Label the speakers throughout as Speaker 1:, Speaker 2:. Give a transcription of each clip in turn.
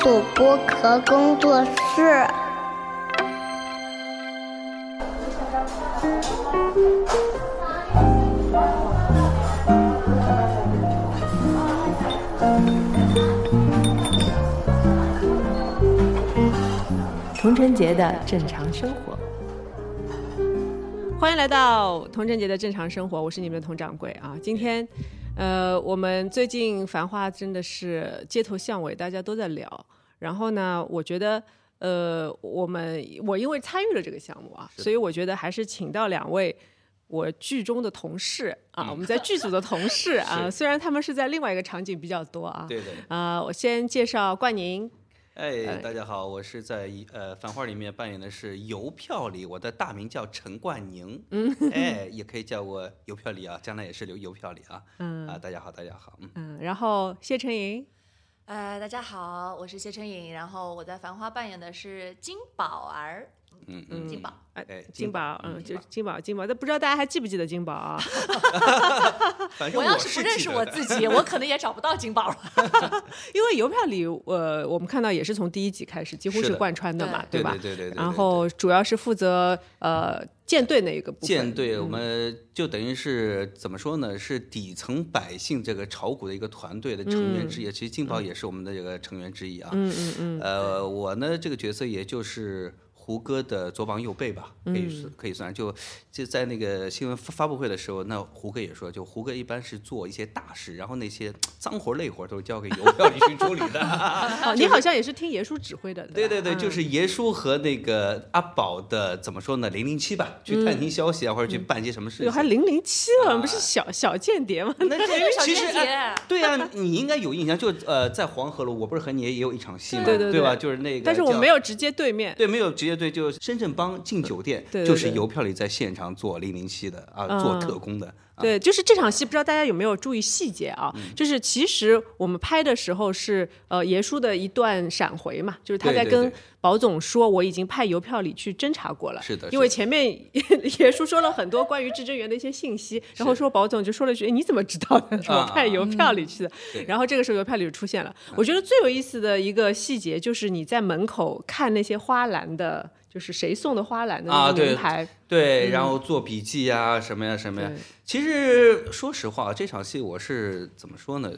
Speaker 1: 主播壳工作室。
Speaker 2: 童晨杰的正常生活，
Speaker 3: 欢迎来到童晨杰的正常生活，我是你们的童掌柜啊。今天，呃，我们最近《繁花》真的是街头巷尾，大家都在聊。然后呢，我觉得，呃，我们我因为参与了这个项目啊，所以我觉得还是请到两位我剧中的同事啊，我们在剧组的同事啊，
Speaker 4: 是
Speaker 3: 虽然他 们是在另外一个场景比较多啊。
Speaker 4: 对的，
Speaker 3: 啊、我先介绍冠宁，
Speaker 4: 哎，大家好，我是在一呃《繁花》里面扮演的是邮票里，我的大名叫陈冠宁，嗯， 哎，也可以叫我邮票里啊，将来也是留邮票里啊，
Speaker 3: 嗯
Speaker 4: 啊，大家好，大家好，嗯，
Speaker 3: 嗯，然后谢晨莹，
Speaker 5: 呃，大家好，我是谢春颖，然后我在《繁花》扮演的是金宝儿，
Speaker 4: 嗯
Speaker 5: 嗯，金宝，
Speaker 4: 哎，
Speaker 3: 呃金宝，
Speaker 4: 嗯，
Speaker 3: 嗯，就是金宝，金宝，但不知道大家还记不记得金宝啊？
Speaker 4: 反正
Speaker 5: 我要
Speaker 4: 是
Speaker 5: 不认
Speaker 4: 记
Speaker 5: 识
Speaker 4: 得
Speaker 5: 我
Speaker 4: 的
Speaker 5: 自己，我可能也找不到金宝了。
Speaker 3: 因为邮票里，呃，我们看到也是从第一集开始，几乎
Speaker 4: 是
Speaker 3: 是
Speaker 4: 的
Speaker 3: 贯穿的嘛，
Speaker 4: 对
Speaker 3: 吧？
Speaker 4: 对对对对，
Speaker 3: 然
Speaker 4: 对
Speaker 3: 后主要是负责呃舰队那一个部分。嗯
Speaker 4: 舰队，我们就等于是怎么说呢？是底层百姓这个炒股的一个团队的成
Speaker 3: 嗯
Speaker 4: 员之一。其实金宝也是我们的这个成员之一啊。嗯嗯嗯。呃，我呢这个角色也就是胡歌的左膀右臂吧，可以
Speaker 3: 嗯
Speaker 4: 是可以算。就就在那个新闻发发布会的时候，那胡歌也说，就胡歌一般是做一些大事，然后那些脏活累活都是交给邮票里去处理 的。
Speaker 3: 哦，你好像也是听爷叔指挥的。
Speaker 4: 对
Speaker 3: 吧
Speaker 4: 对对，
Speaker 3: 嗯
Speaker 4: 就是爷叔和那个阿宝的怎么说呢？零零七吧，去探听消息啊，或者去办一些什么事
Speaker 3: 哟，嗯
Speaker 4: 情。
Speaker 3: 还零零七了，不是小小间谍 吗？
Speaker 4: 啊那这个
Speaker 5: 小
Speaker 4: 其实
Speaker 5: 间谍
Speaker 4: 哎对啊，你应该有印象，就呃，在黄河路，我不是和你也有一场戏嘛，
Speaker 3: 对对
Speaker 4: 对
Speaker 3: 对
Speaker 4: 吧？就是那个叫，
Speaker 3: 但是我没有直接对面。
Speaker 4: 对没有直接对，就是深圳帮进酒店，
Speaker 3: 对对
Speaker 4: 就是
Speaker 3: 对
Speaker 4: 邮票里在现场做零零七的啊，
Speaker 3: 嗯
Speaker 4: 做特工的，啊、嗯
Speaker 3: 对，就是这场戏，不知道大家有没有注意细节啊？就是其实我们拍的时候是呃爷叔的一段闪回嘛，就是他
Speaker 4: 对
Speaker 3: 在
Speaker 4: 对
Speaker 3: 跟
Speaker 4: 对
Speaker 3: 保总说我已经派邮票里去侦查过了，
Speaker 4: 是的
Speaker 3: 因为
Speaker 4: 是的
Speaker 3: 前面 爷叔说了很多关于至真园的一些信息，然后说保总就说了一句哎你怎么知道的？是 我
Speaker 4: 啊
Speaker 3: 派邮票里去的。
Speaker 4: 对嗯
Speaker 3: 然后这个时候邮票里就出现了。我觉得最有意思的一个细节就是你在门口看那些花篮的。就是谁送的花篮的那
Speaker 4: 啊
Speaker 3: 个
Speaker 4: 对
Speaker 3: 名牌，
Speaker 4: 对，然后做笔记啊，什么呀，什么呀
Speaker 3: 对。
Speaker 4: 其实说实话，这场戏我是怎么说呢？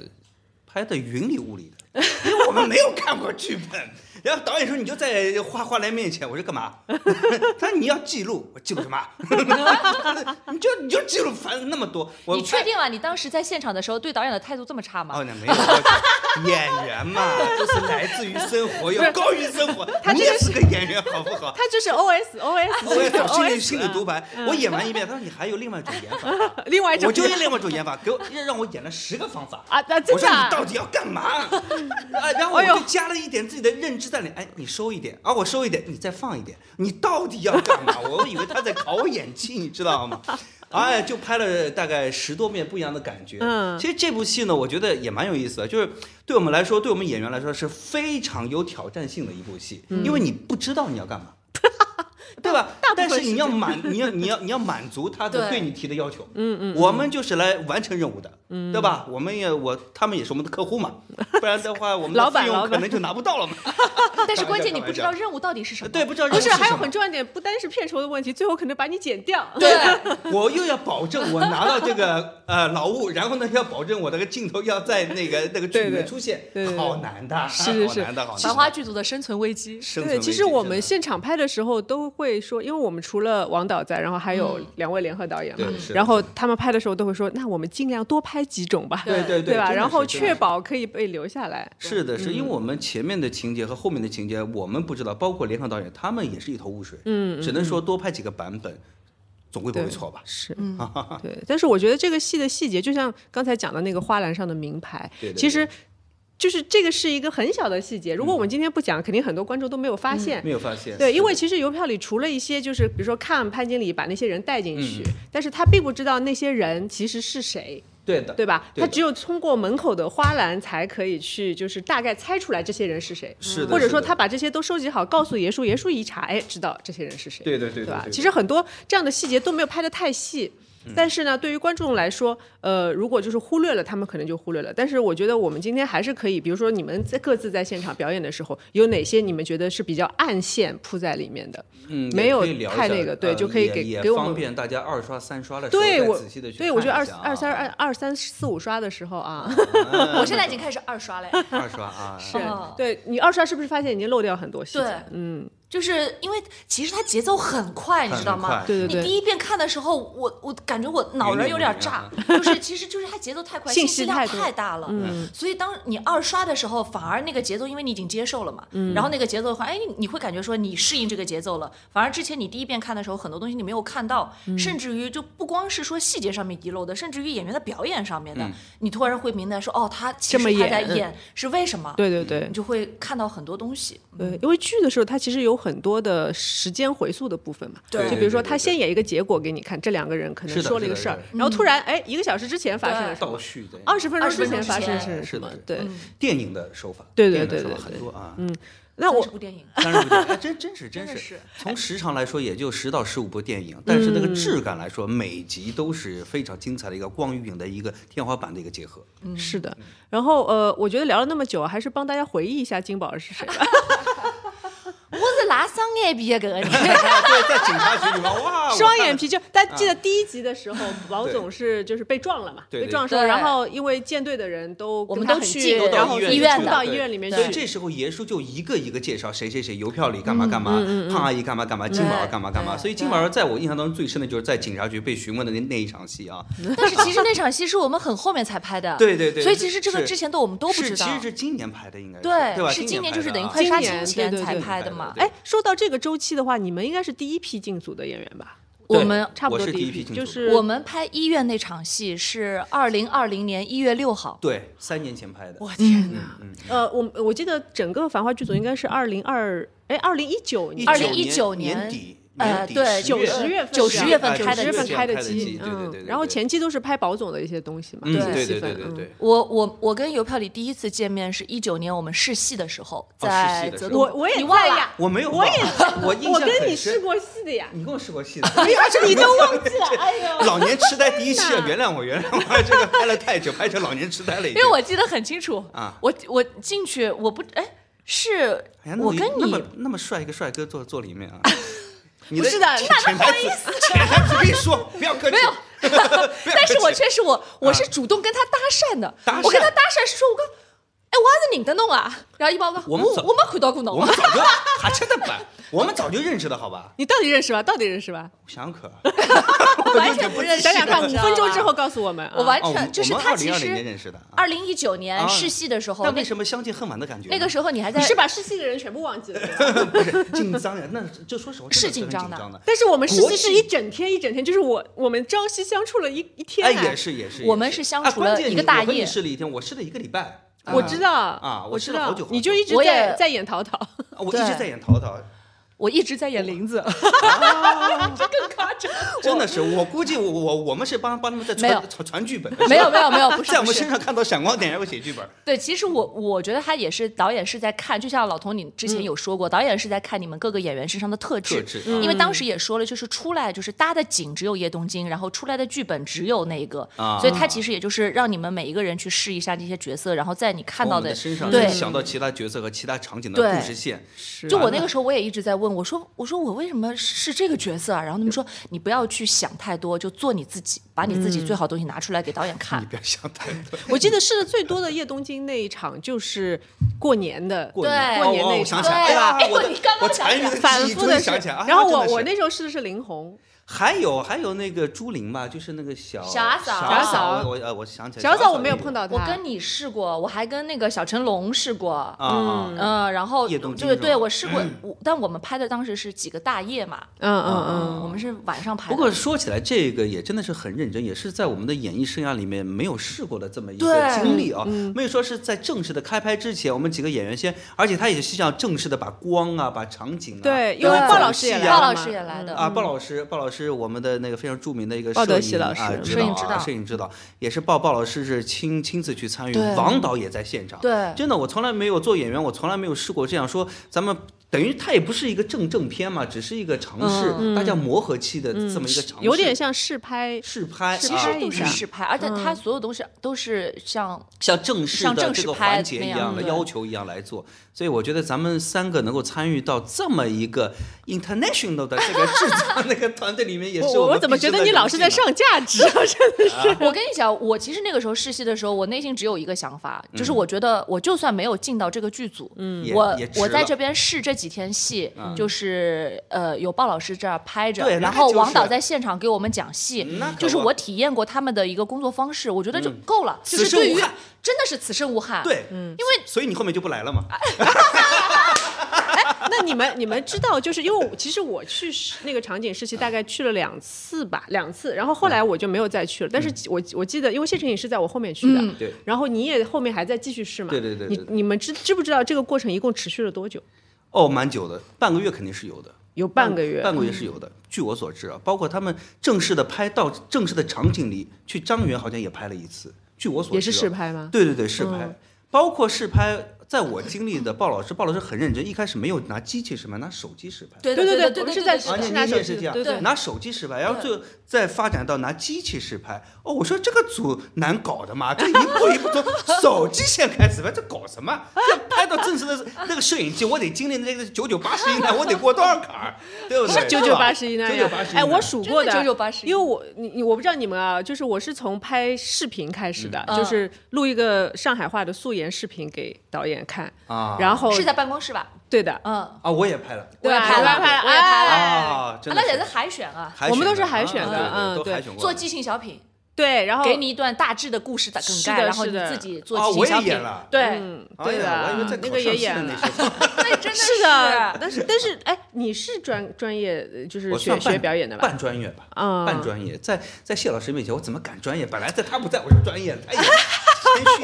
Speaker 4: 拍的云里雾里的，因为我们没有看过剧本。然后导演说：“你就在花花篮面前。”我说：“干嘛？” 他说：“你要记录。”我记录什么？ 你就你就记录，反正那么多。我
Speaker 5: 你确定吗？你当时在现场的时候对导演的态度这么差吗？
Speaker 4: 哦，那没有要求，演员嘛，都是来自于生活，要高于生活。你也是个演员，好不 好？
Speaker 3: 他就是 O S O S，
Speaker 4: 哦我也心里心里独白，我演完一遍，他说你还有另外一种演法，
Speaker 3: 另外一种
Speaker 4: 我就用另外一种演法，给我让我演了十个方法。
Speaker 3: 啊，那真
Speaker 4: 我
Speaker 3: 的
Speaker 4: 说
Speaker 3: 啊
Speaker 4: 你到底要干嘛？啊，然后我
Speaker 3: 哎呦
Speaker 4: 就加了一点自己的认知在里。哎，你收一点啊，我收一点，你再放一点，你到底要干嘛？我以为他在考我演技，你知道吗？哎，就拍了大概十多面不一样的感觉。
Speaker 3: 嗯
Speaker 4: 其实这部戏呢，我觉得也蛮有意思的，就是对我们来说，对我们演员来说是非常有挑战性的一部戏，
Speaker 3: 嗯
Speaker 4: 因为你不知道你 要干嘛。对吧？但是你要满，你要你要你要满足他的
Speaker 5: 对
Speaker 4: 对你提的要求。嗯嗯，我们就是来完成任务的，
Speaker 3: 嗯
Speaker 4: 对吧？我们也我他们也是我们的客 户嘛，不然的话我们
Speaker 3: 老
Speaker 4: 的
Speaker 3: 板
Speaker 4: 费
Speaker 3: 老
Speaker 4: 用
Speaker 3: 板
Speaker 4: 可能就拿不到了 嘛。
Speaker 5: 但是关键你
Speaker 4: 开
Speaker 5: 不
Speaker 4: 玩笑呃
Speaker 5: 知道任务到底是什么。
Speaker 4: 对，不知道
Speaker 3: 不是，
Speaker 4: 任务
Speaker 3: 还有
Speaker 4: 什么
Speaker 3: 很重要一点，不单是片酬的问题，最后可能把你剪掉。
Speaker 5: 对，
Speaker 4: 我又要保证我拿到这个呃劳务，然后呢要保证我这个镜头要在 那个那个剧里
Speaker 3: 对对
Speaker 4: 面出现
Speaker 3: 对对，对
Speaker 4: 好难的，
Speaker 3: 是是是
Speaker 4: 好难的，好难的。
Speaker 5: 繁花剧组的生存危机，
Speaker 4: 生存
Speaker 3: 对，
Speaker 4: 危
Speaker 3: 其
Speaker 4: 机
Speaker 3: 实我们
Speaker 4: 真
Speaker 3: 现场拍的时候都会说，因为我们除了王导在，然后还有两位联合导演嘛
Speaker 4: 对是，的
Speaker 3: 嗯然后他们拍的时候都会说，那我们尽量多拍几种吧，
Speaker 5: 对
Speaker 4: 的对对
Speaker 3: 吧？
Speaker 4: 真的
Speaker 3: 然后
Speaker 4: 是真的
Speaker 3: 确保嗯可以被留下来。
Speaker 4: 是的，是因为我们前面的情节和后面的情节我们不知道，包括联合导演他们也是一头雾水，嗯，只能说多拍几个版本，总归不会
Speaker 3: 对
Speaker 4: 错吧？
Speaker 3: 是，嗯对。但是我觉得这个戏的细节，就像刚才讲的那个花篮上的名牌，
Speaker 4: 对对对
Speaker 3: 其实就是这个是一个很小的细节。如果我们今天不讲，肯定很多观众都没有发现。
Speaker 4: 没有发现，
Speaker 3: 对，因为
Speaker 4: 是的
Speaker 3: 其实邮票里除了一些就是比如说看潘经理把那些人带进
Speaker 4: 嗯
Speaker 3: 去，但是他并不知道那些人其实是谁，
Speaker 4: 对的，
Speaker 3: 对吧？
Speaker 4: 对的
Speaker 3: 他只有通过门口的花篮才可以去就是大概猜出来这些人是谁，
Speaker 4: 是的
Speaker 3: 或者
Speaker 4: 是
Speaker 3: 说
Speaker 4: 的
Speaker 3: 他把这些都收集好，告诉爷叔，爷叔一查，哎，知道这些人是谁，
Speaker 4: 对对对嗯
Speaker 3: 对吧？
Speaker 4: 对
Speaker 3: 其实很多这样的细节都没有拍得太细。但是呢，对于观众来说，呃，如果就是忽略了，他们可能就忽略了。但是我觉得我们今天还是可以，比如说你们在各自在现场表演的时候，有哪些你们觉得是比较暗线铺在里面的？
Speaker 4: 嗯，
Speaker 3: 没
Speaker 4: 也
Speaker 3: 有
Speaker 4: 可以聊一
Speaker 3: 太
Speaker 4: 下
Speaker 3: 那个对
Speaker 4: 呃
Speaker 3: 就可以
Speaker 4: 也
Speaker 3: 给
Speaker 4: 也
Speaker 3: 给我
Speaker 4: 方
Speaker 3: 们
Speaker 4: 便大家二刷三刷的时候
Speaker 3: 对
Speaker 4: 再
Speaker 3: 我
Speaker 4: 仔细的，去
Speaker 3: 对我觉得
Speaker 4: 看
Speaker 3: 二
Speaker 4: 一下啊
Speaker 3: 二三 二二三四五刷的时候啊，
Speaker 5: 我现在已经开始二刷了，
Speaker 4: 二刷 啊，
Speaker 3: 是
Speaker 5: 哦
Speaker 3: 对你二刷是不是发现已经漏掉很多细节？
Speaker 5: 对
Speaker 3: 嗯，
Speaker 5: 就是因为其实它节奏很快，你知道吗
Speaker 4: 很快？
Speaker 3: 对对
Speaker 5: 你第一遍看的时候，我我感觉我脑仁有点炸， 就是其实就是它节奏太快，
Speaker 3: 啊信
Speaker 5: 信
Speaker 3: 息
Speaker 5: 息量
Speaker 3: 太多嗯
Speaker 5: 太大了，所以当你二刷的时候，反而那个节奏，因为你已经接受了嘛，
Speaker 3: 嗯
Speaker 5: 然后那个节奏的话，哎，你会感觉说你适应这个节奏了，反而之前你第一遍看的时候，很多东西你没有看到，
Speaker 3: 嗯
Speaker 5: 甚至于就不光是说细节上面遗漏的，甚至于演员的表演上面的，你突然会明白说，哦，他其
Speaker 3: 嗯这么
Speaker 5: 实他
Speaker 3: 演
Speaker 5: 在演是为什么，
Speaker 3: 对对对
Speaker 5: 你。就会看到很多东西，
Speaker 3: 对，因为剧的时候，它其实有很多的时间回溯的部分嘛。
Speaker 5: 对
Speaker 3: 就比如说，
Speaker 4: 对对对
Speaker 3: 他先演一个结果给你看，这两个人可能
Speaker 4: 是的
Speaker 3: 说了一个
Speaker 4: 是
Speaker 3: 事
Speaker 4: 的
Speaker 3: 儿
Speaker 4: 是，
Speaker 3: 然后突然，哎，一个小时之前发生了什
Speaker 4: 嗯倒
Speaker 3: 么？
Speaker 4: 叙的
Speaker 3: 二十分钟
Speaker 5: 20
Speaker 3: 之
Speaker 5: 分钟
Speaker 3: 前发生
Speaker 5: 之
Speaker 3: 是
Speaker 5: 前
Speaker 3: 什
Speaker 4: 是
Speaker 3: 么
Speaker 4: 的？嗯
Speaker 3: 对，
Speaker 4: 电影的手法，
Speaker 3: 对
Speaker 4: 电
Speaker 3: 对
Speaker 4: 影的
Speaker 3: 对对
Speaker 4: 手法
Speaker 3: 对嗯
Speaker 4: 很多啊，
Speaker 3: 那我
Speaker 5: 这部电影。
Speaker 4: 当然不对，哎真真是 真
Speaker 5: 真的
Speaker 4: 是
Speaker 5: 是。
Speaker 4: 从时长来说，也就十到十五部电影，但是
Speaker 3: 嗯
Speaker 4: 那个质感来说，每集都是非常精彩的一个光与影的一个天花板的一个结合。
Speaker 3: 是的。然后呃，我觉得聊了那么久，还是帮大家回忆一下金宝是 谁吧。
Speaker 5: 我是哪商业毕业的？
Speaker 4: 对，在警察局里面，哇，我
Speaker 3: 双
Speaker 4: 看
Speaker 3: 眼
Speaker 4: 了嗯
Speaker 3: 皮就大家记得第一集的时候，宝总是就是被撞了嘛，
Speaker 4: 对对
Speaker 3: 被撞的时候，
Speaker 5: 对
Speaker 3: 然后因为舰队的人都
Speaker 5: 我们
Speaker 3: 跟他
Speaker 5: 都
Speaker 3: 很
Speaker 5: 去
Speaker 3: 近
Speaker 5: 都到
Speaker 3: 然后
Speaker 5: 医院去了
Speaker 3: 就冲到医
Speaker 4: 对
Speaker 3: 院里面
Speaker 5: 对
Speaker 3: 去
Speaker 4: 所以，这时候爷叔就一个一个介绍谁谁谁邮票里干嘛干嘛，胖阿姨干嘛干嘛，金宝儿干嘛干嘛。
Speaker 5: 对
Speaker 4: 所以金宝儿在我印象当中最深的就是在警察局被询问的那那一场戏啊。
Speaker 5: 但是其实那场戏是我们很后面才拍的，
Speaker 4: 对对对
Speaker 5: 所以其实这个
Speaker 4: 是
Speaker 5: 之前都我们都不
Speaker 4: 是
Speaker 5: 知道
Speaker 4: 其，实是今年拍的，应该是
Speaker 5: 对，
Speaker 4: 吧？
Speaker 5: 是今
Speaker 4: 年
Speaker 5: 年
Speaker 4: 拍
Speaker 5: 就是
Speaker 4: 的
Speaker 5: 等于
Speaker 4: 啊
Speaker 5: 快杀
Speaker 3: 今年
Speaker 5: 青前
Speaker 3: 对对
Speaker 5: 才
Speaker 3: 对
Speaker 5: 拍的嘛。
Speaker 4: 对
Speaker 3: 哎，说到这个周期的话，你们应该是第一批进组的演员吧？
Speaker 5: 我们
Speaker 4: 对
Speaker 3: 差不
Speaker 4: 我
Speaker 3: 多
Speaker 4: 是
Speaker 3: 一
Speaker 4: 第一批进组
Speaker 3: 就
Speaker 4: 的
Speaker 3: 是
Speaker 5: 我们拍医院那场戏是二零二零年一月六号，
Speaker 4: 对三年前拍的。嗯
Speaker 3: 我天哪！呃，我我记得整个《繁花》剧组应该是二零二哎二零一九
Speaker 4: 一
Speaker 3: 年
Speaker 4: 九
Speaker 5: 2019年
Speaker 4: 年底，
Speaker 5: 呃
Speaker 4: 年底
Speaker 5: 对
Speaker 4: 10
Speaker 5: 90
Speaker 3: 月份
Speaker 5: 90月份
Speaker 3: 是吧
Speaker 5: 开的
Speaker 3: 90月份
Speaker 5: 机
Speaker 3: 开的
Speaker 4: 开的
Speaker 3: 机
Speaker 4: 机，对对对对
Speaker 3: 然后
Speaker 4: 对
Speaker 3: 前期都是拍宝总的一些东西嘛，
Speaker 4: 嗯，
Speaker 3: 一些
Speaker 4: 对
Speaker 3: 戏
Speaker 4: 对对
Speaker 3: 份
Speaker 4: 对
Speaker 3: 嗯
Speaker 4: 对。
Speaker 5: 我我我跟邮票里第一次见面是一九年我们试戏的时候，在
Speaker 4: 哦试戏的时候
Speaker 5: 泽
Speaker 3: 我我
Speaker 5: 你
Speaker 3: 也
Speaker 5: 忘
Speaker 3: 在
Speaker 5: 了
Speaker 3: 呀，
Speaker 4: 我没有忘，我 也我印象
Speaker 3: 我跟
Speaker 4: 很
Speaker 3: 你
Speaker 4: 深
Speaker 3: 试，过戏的呀。
Speaker 4: 你跟我试过戏的， 哎呀，
Speaker 3: 你都忘记了，哎呦！
Speaker 4: 老年痴呆第一期啊，原谅我，原谅我，这个拍了太久，拍成老年痴呆了已
Speaker 5: 因
Speaker 4: 经。
Speaker 5: 为我记得很清楚
Speaker 4: 啊
Speaker 5: 我我进去我不哎是
Speaker 4: 哎呀那
Speaker 5: 我
Speaker 4: 么一
Speaker 5: 跟
Speaker 4: 那
Speaker 5: 你
Speaker 4: 么那么帅一个帅哥坐坐里 面啊，你
Speaker 3: 不
Speaker 4: 的
Speaker 3: 是的，
Speaker 4: 潜台词，潜台词可以说， 不要客气，没有，
Speaker 5: 但是我确实我我是
Speaker 4: 啊
Speaker 5: 主动跟他搭讪的，
Speaker 4: 搭讪
Speaker 5: 我跟他搭讪是说我讲，哎，我也是认得侬啊，然后一帮我讲，
Speaker 4: 我们
Speaker 5: 我
Speaker 4: 怎
Speaker 5: 我没看到过
Speaker 4: 我
Speaker 5: 侬
Speaker 4: 们，早就还真的吧，我们早就认识的好吧？
Speaker 3: 你到底认识吧？到底认识吧？
Speaker 4: 我想 想可，
Speaker 5: 完全不认识。
Speaker 3: 想想看，五
Speaker 5: 你知道吗
Speaker 3: 分钟之后，告诉我们啊。
Speaker 5: 我完
Speaker 4: 哦，我
Speaker 5: 全
Speaker 4: 们
Speaker 5: 就是
Speaker 4: 我们
Speaker 5: 他
Speaker 4: 二
Speaker 5: 其
Speaker 4: 零二零年
Speaker 5: 实
Speaker 4: 认识的啊，
Speaker 5: 二零一九
Speaker 4: 啊
Speaker 5: 年试戏的时候，
Speaker 4: 但为
Speaker 5: 那
Speaker 4: 什么相见恨晚的感觉呢？
Speaker 5: 那个时候你还在
Speaker 3: 你是把试戏的人全部忘记了。对吧
Speaker 4: 不是紧张呀，那就说实话
Speaker 5: 是
Speaker 4: 真的
Speaker 5: 紧
Speaker 4: 很
Speaker 5: 张的
Speaker 4: 张的，
Speaker 3: 但是我们试
Speaker 4: 国
Speaker 3: 戏是
Speaker 4: 庆
Speaker 3: 一整天一整天，就是我我们朝夕相处了一一天。
Speaker 4: 哎，也。是也是，
Speaker 5: 啊我们
Speaker 4: 也
Speaker 5: 是相
Speaker 4: 啊
Speaker 5: 处
Speaker 4: 关
Speaker 5: 了
Speaker 4: 键
Speaker 5: 一
Speaker 4: 你
Speaker 5: 个大
Speaker 4: 我和你
Speaker 5: 夜
Speaker 4: 试了一天，我试了一个礼拜。
Speaker 3: 我
Speaker 4: 啊
Speaker 3: 知道
Speaker 4: 啊我
Speaker 3: 我
Speaker 4: 吃
Speaker 3: 知
Speaker 4: 了
Speaker 3: 道
Speaker 4: 好久好，久
Speaker 3: 你就一直
Speaker 5: 我也
Speaker 3: 在在演淘淘，
Speaker 4: 啊我一直
Speaker 5: 对
Speaker 4: 在演 淘淘，
Speaker 5: 我一直在演林 子，
Speaker 4: 真的是，我估计我我我们是帮帮他们在
Speaker 5: 没有
Speaker 4: 传传传剧本，
Speaker 5: 没有没有没有，不是
Speaker 4: 在我
Speaker 5: 不
Speaker 4: 们身
Speaker 5: 是，
Speaker 4: 上看到闪光点，然后写剧本。
Speaker 5: 对，其实我我觉得他也是导演是在看，就像老童你之前有说过，导演是在看你们各个演员身上的特质，
Speaker 4: 嗯特质啊
Speaker 5: 因为当时也说了，就是出来就是搭的景只有叶东京，然后出来的剧本只有那个，
Speaker 4: 啊
Speaker 5: 所以他其实也就是让你们每一个人去试一下这些角色，然后在你看
Speaker 4: 从
Speaker 5: 到
Speaker 4: 哦我们的身上
Speaker 5: 对
Speaker 4: 能想到其他角色和其他场景的
Speaker 5: 对
Speaker 4: 故事线，
Speaker 5: 就我那个时候，我也一直在问我说：“我说我为什么是这个角色啊？”然后他们说：“你不要去想太多，就做你自己，把你自己最好的东西拿出来给导演看
Speaker 4: 嗯你。不要想太多。
Speaker 3: 我记得试的最多的叶东京那一场就是过年的，
Speaker 4: 过年
Speaker 5: 对
Speaker 4: 哦
Speaker 3: 过年
Speaker 4: 哦
Speaker 3: 那一
Speaker 4: 我想
Speaker 3: 场
Speaker 4: 起来，哎
Speaker 5: 对
Speaker 4: 呀
Speaker 5: 哎，
Speaker 4: 我
Speaker 5: 我
Speaker 4: 的
Speaker 5: 你刚
Speaker 4: 我
Speaker 5: 刚
Speaker 4: 残余的
Speaker 3: 反
Speaker 4: 记忆
Speaker 3: 复
Speaker 4: 终于
Speaker 3: 的
Speaker 4: 想起来，啊
Speaker 3: 然后
Speaker 4: 真
Speaker 3: 我
Speaker 4: 的是
Speaker 3: 我那时候试的是林红，
Speaker 4: 还有还有那个朱琳吧，就是那个小
Speaker 5: 小阿嫂
Speaker 4: 小阿
Speaker 3: 小阿嫂
Speaker 4: 我我呃我想起来，
Speaker 3: 小
Speaker 4: 嫂
Speaker 3: 嫂我没有碰到”她，嗯
Speaker 5: 我跟你试过，我还跟那个小成龙试过。
Speaker 4: 啊啊，
Speaker 5: 嗯，然后
Speaker 4: 叶东京
Speaker 5: 对
Speaker 4: 是
Speaker 5: 对，
Speaker 4: 吧
Speaker 5: 我试过，我但我们拍的当时是几个大夜嘛，
Speaker 3: 嗯嗯嗯，
Speaker 5: 嗯，我们是晚上拍的。
Speaker 4: 不过说起来，这个也真的是很认真，也是在我们的演艺生涯里面没有试过的这么一个
Speaker 5: 对
Speaker 4: 经历啊。
Speaker 3: 嗯
Speaker 4: 没有说是在正式的开拍之前，我们几个演员先，而且他也是要正式的把光啊、把场景啊，
Speaker 3: 对
Speaker 4: 包
Speaker 3: 因为
Speaker 4: 括
Speaker 5: 鲍
Speaker 4: 走
Speaker 3: 老师也
Speaker 4: 戏
Speaker 3: 来
Speaker 5: 鲍
Speaker 4: 啊
Speaker 3: 了
Speaker 5: 老
Speaker 3: 嘛嗯
Speaker 5: 师也来的
Speaker 4: 啊，鲍老师，鲍老师，我们的那个非常著名的一个
Speaker 3: 鲍德
Speaker 4: 摄
Speaker 3: 西
Speaker 4: 影
Speaker 3: 老师
Speaker 4: 啊，指
Speaker 5: 摄影
Speaker 4: 导
Speaker 5: 指
Speaker 4: 啊，
Speaker 5: 导
Speaker 4: 摄影指导，也是鲍鲍老师是亲亲自去参与，
Speaker 5: 对
Speaker 4: 王导也在现场。
Speaker 5: 对
Speaker 3: 呃
Speaker 4: 真的，我从来没有做演员，我从来没有试过这样说，咱们等于它也不是一个正正片嘛，只是一个尝试，
Speaker 3: 嗯
Speaker 4: 大家磨合期的这么一个尝试，
Speaker 3: 有点像试拍，
Speaker 4: 试拍，
Speaker 3: 试
Speaker 5: 其
Speaker 4: 啊
Speaker 5: 实
Speaker 3: 拍
Speaker 5: 都
Speaker 3: 一
Speaker 5: 是
Speaker 3: 下
Speaker 5: 试拍，而且它所有东西都是 像
Speaker 4: 像正式
Speaker 5: 像
Speaker 4: 的
Speaker 5: 正
Speaker 4: 这
Speaker 5: 式
Speaker 4: 个
Speaker 5: 拍
Speaker 4: 环节一
Speaker 5: 那样
Speaker 4: 样的
Speaker 5: 对
Speaker 4: 要求一样来做，所以我觉得咱们三个能够参与到这么一个 international 的这个制作那个团队里面，也是
Speaker 3: 我
Speaker 4: 们
Speaker 3: 我怎么
Speaker 4: 毕
Speaker 3: 觉
Speaker 4: 生
Speaker 3: 得
Speaker 4: 的
Speaker 3: 你老
Speaker 4: 荣
Speaker 3: 是
Speaker 4: 幸
Speaker 3: 在
Speaker 4: 啊
Speaker 3: 上价值啊？真 的是，
Speaker 5: 我跟你讲，我其实那个时候试戏的时候，我内心只有一个想法，
Speaker 4: 嗯
Speaker 5: 就是我觉得我就算没有进到这个剧组，
Speaker 4: 也
Speaker 5: 我
Speaker 4: 嗯也值
Speaker 5: 我在
Speaker 4: 了嗯
Speaker 5: 这边试这几天戏，就是呃有鲍老师这儿拍着，
Speaker 4: 对
Speaker 5: 然
Speaker 4: 那
Speaker 5: 后
Speaker 4: 就是
Speaker 5: 王导在现场给我们讲戏
Speaker 4: 那，可
Speaker 5: 就是
Speaker 4: 不嗯
Speaker 5: 我体验过他们的一个工作方式，我觉得就够了，就
Speaker 4: 此
Speaker 5: 是
Speaker 4: 生
Speaker 5: 对
Speaker 4: 无
Speaker 5: 于
Speaker 4: 憾
Speaker 3: 啊
Speaker 5: 真的是此生无憾，
Speaker 4: 对，
Speaker 3: 嗯
Speaker 5: 因为
Speaker 4: 所以你后面就不来了嘛？
Speaker 3: 啊那你们你们知道，就是因为我其实我去试那个场景试戏大概去了两次吧，两次，然后后
Speaker 4: 嗯
Speaker 3: 来我就没有再去了。但是我我记得，因为谢晨也是在我后面去的，
Speaker 4: 对
Speaker 3: 然后你也后面还在继续试嘛？
Speaker 4: 对对对对对
Speaker 3: 你你们知知不知道这个过程一共持续了多久？
Speaker 4: 哦，蛮久的，半个月肯定是有的。
Speaker 3: 有半个月。
Speaker 4: 半个月是有的。据我所知啊，包括他们正式的拍到正式的场景里去，张元好像也拍了一次。据我所知、啊，
Speaker 3: 也是试拍吗嗯
Speaker 4: 对对对，试拍，包括试拍。在我经历的鲍老师，鲍老师很认真，一开始没有拿机器试拍，拿手机试拍。
Speaker 5: 对
Speaker 3: 对
Speaker 5: 对
Speaker 3: 对
Speaker 5: 对，
Speaker 3: 我们
Speaker 5: 对
Speaker 3: 是在
Speaker 5: 对
Speaker 4: 而
Speaker 5: 对
Speaker 4: 且
Speaker 3: 是拿
Speaker 4: 啊你
Speaker 3: 手
Speaker 4: 也
Speaker 3: 机
Speaker 4: 是这样，
Speaker 3: 对对
Speaker 4: 拿手机试拍，然后
Speaker 5: 对
Speaker 4: 就再发展到拿机器试拍。哦，我说这个组难搞的嘛，这一步一步 从手机先开始拍，这搞什么？这拍到正 式的那个摄影机，我得经历那个九九八十一难，我得过多少坎 儿，对不对？
Speaker 3: 九九八十一难
Speaker 4: 九
Speaker 3: 呀
Speaker 4: 九八十一。
Speaker 3: 哎，我数过
Speaker 5: 真的9981
Speaker 3: 因为我你你我不知道你们啊，就是我是从拍视频开始
Speaker 5: 嗯
Speaker 3: 的，就是录一个上海话的素颜视频给导演看，
Speaker 4: 啊
Speaker 3: 然后
Speaker 5: 是在办公室吧？
Speaker 3: 对的，
Speaker 5: 嗯，
Speaker 4: 啊，我也拍了
Speaker 5: 我
Speaker 3: 对
Speaker 5: 也
Speaker 3: 吧哎
Speaker 5: 拍了，
Speaker 3: 我也拍了
Speaker 5: 我也拍了，
Speaker 4: 啊，真的
Speaker 5: 那也是海选啊，
Speaker 4: 海选的
Speaker 3: 我们都是海选的
Speaker 4: 啊
Speaker 3: 嗯
Speaker 4: 对对都
Speaker 3: 对
Speaker 4: 海选过
Speaker 5: 做
Speaker 4: 的。
Speaker 5: 即兴小品，
Speaker 3: 对，然后
Speaker 5: 给你一段大致的故事的梗
Speaker 3: 是
Speaker 5: 概，
Speaker 3: 的
Speaker 5: 然后
Speaker 3: 是
Speaker 5: 你
Speaker 3: 的
Speaker 5: 自己做
Speaker 4: 啊
Speaker 5: 即兴
Speaker 4: 我也
Speaker 5: 小品
Speaker 4: 演了，
Speaker 5: 对，
Speaker 3: 嗯，
Speaker 4: 哎
Speaker 3: 对
Speaker 4: 呀
Speaker 3: 的，
Speaker 4: 我以为在
Speaker 3: 那
Speaker 4: 考
Speaker 3: 个
Speaker 4: 上
Speaker 3: 也
Speaker 4: 戏
Speaker 3: 演
Speaker 4: 的那
Speaker 3: 了
Speaker 4: 时。候
Speaker 5: 对，真的
Speaker 3: 是的，
Speaker 5: 啊
Speaker 3: 但是但是，哎，你是专专业呃就是
Speaker 4: 我
Speaker 3: 学
Speaker 4: 算半
Speaker 3: 学表演的吧？
Speaker 4: 半专业吧，
Speaker 3: 啊
Speaker 4: 半专业，在在谢老师面前，我怎么敢专业？本来在他不在，我是专业的，他也谦虚。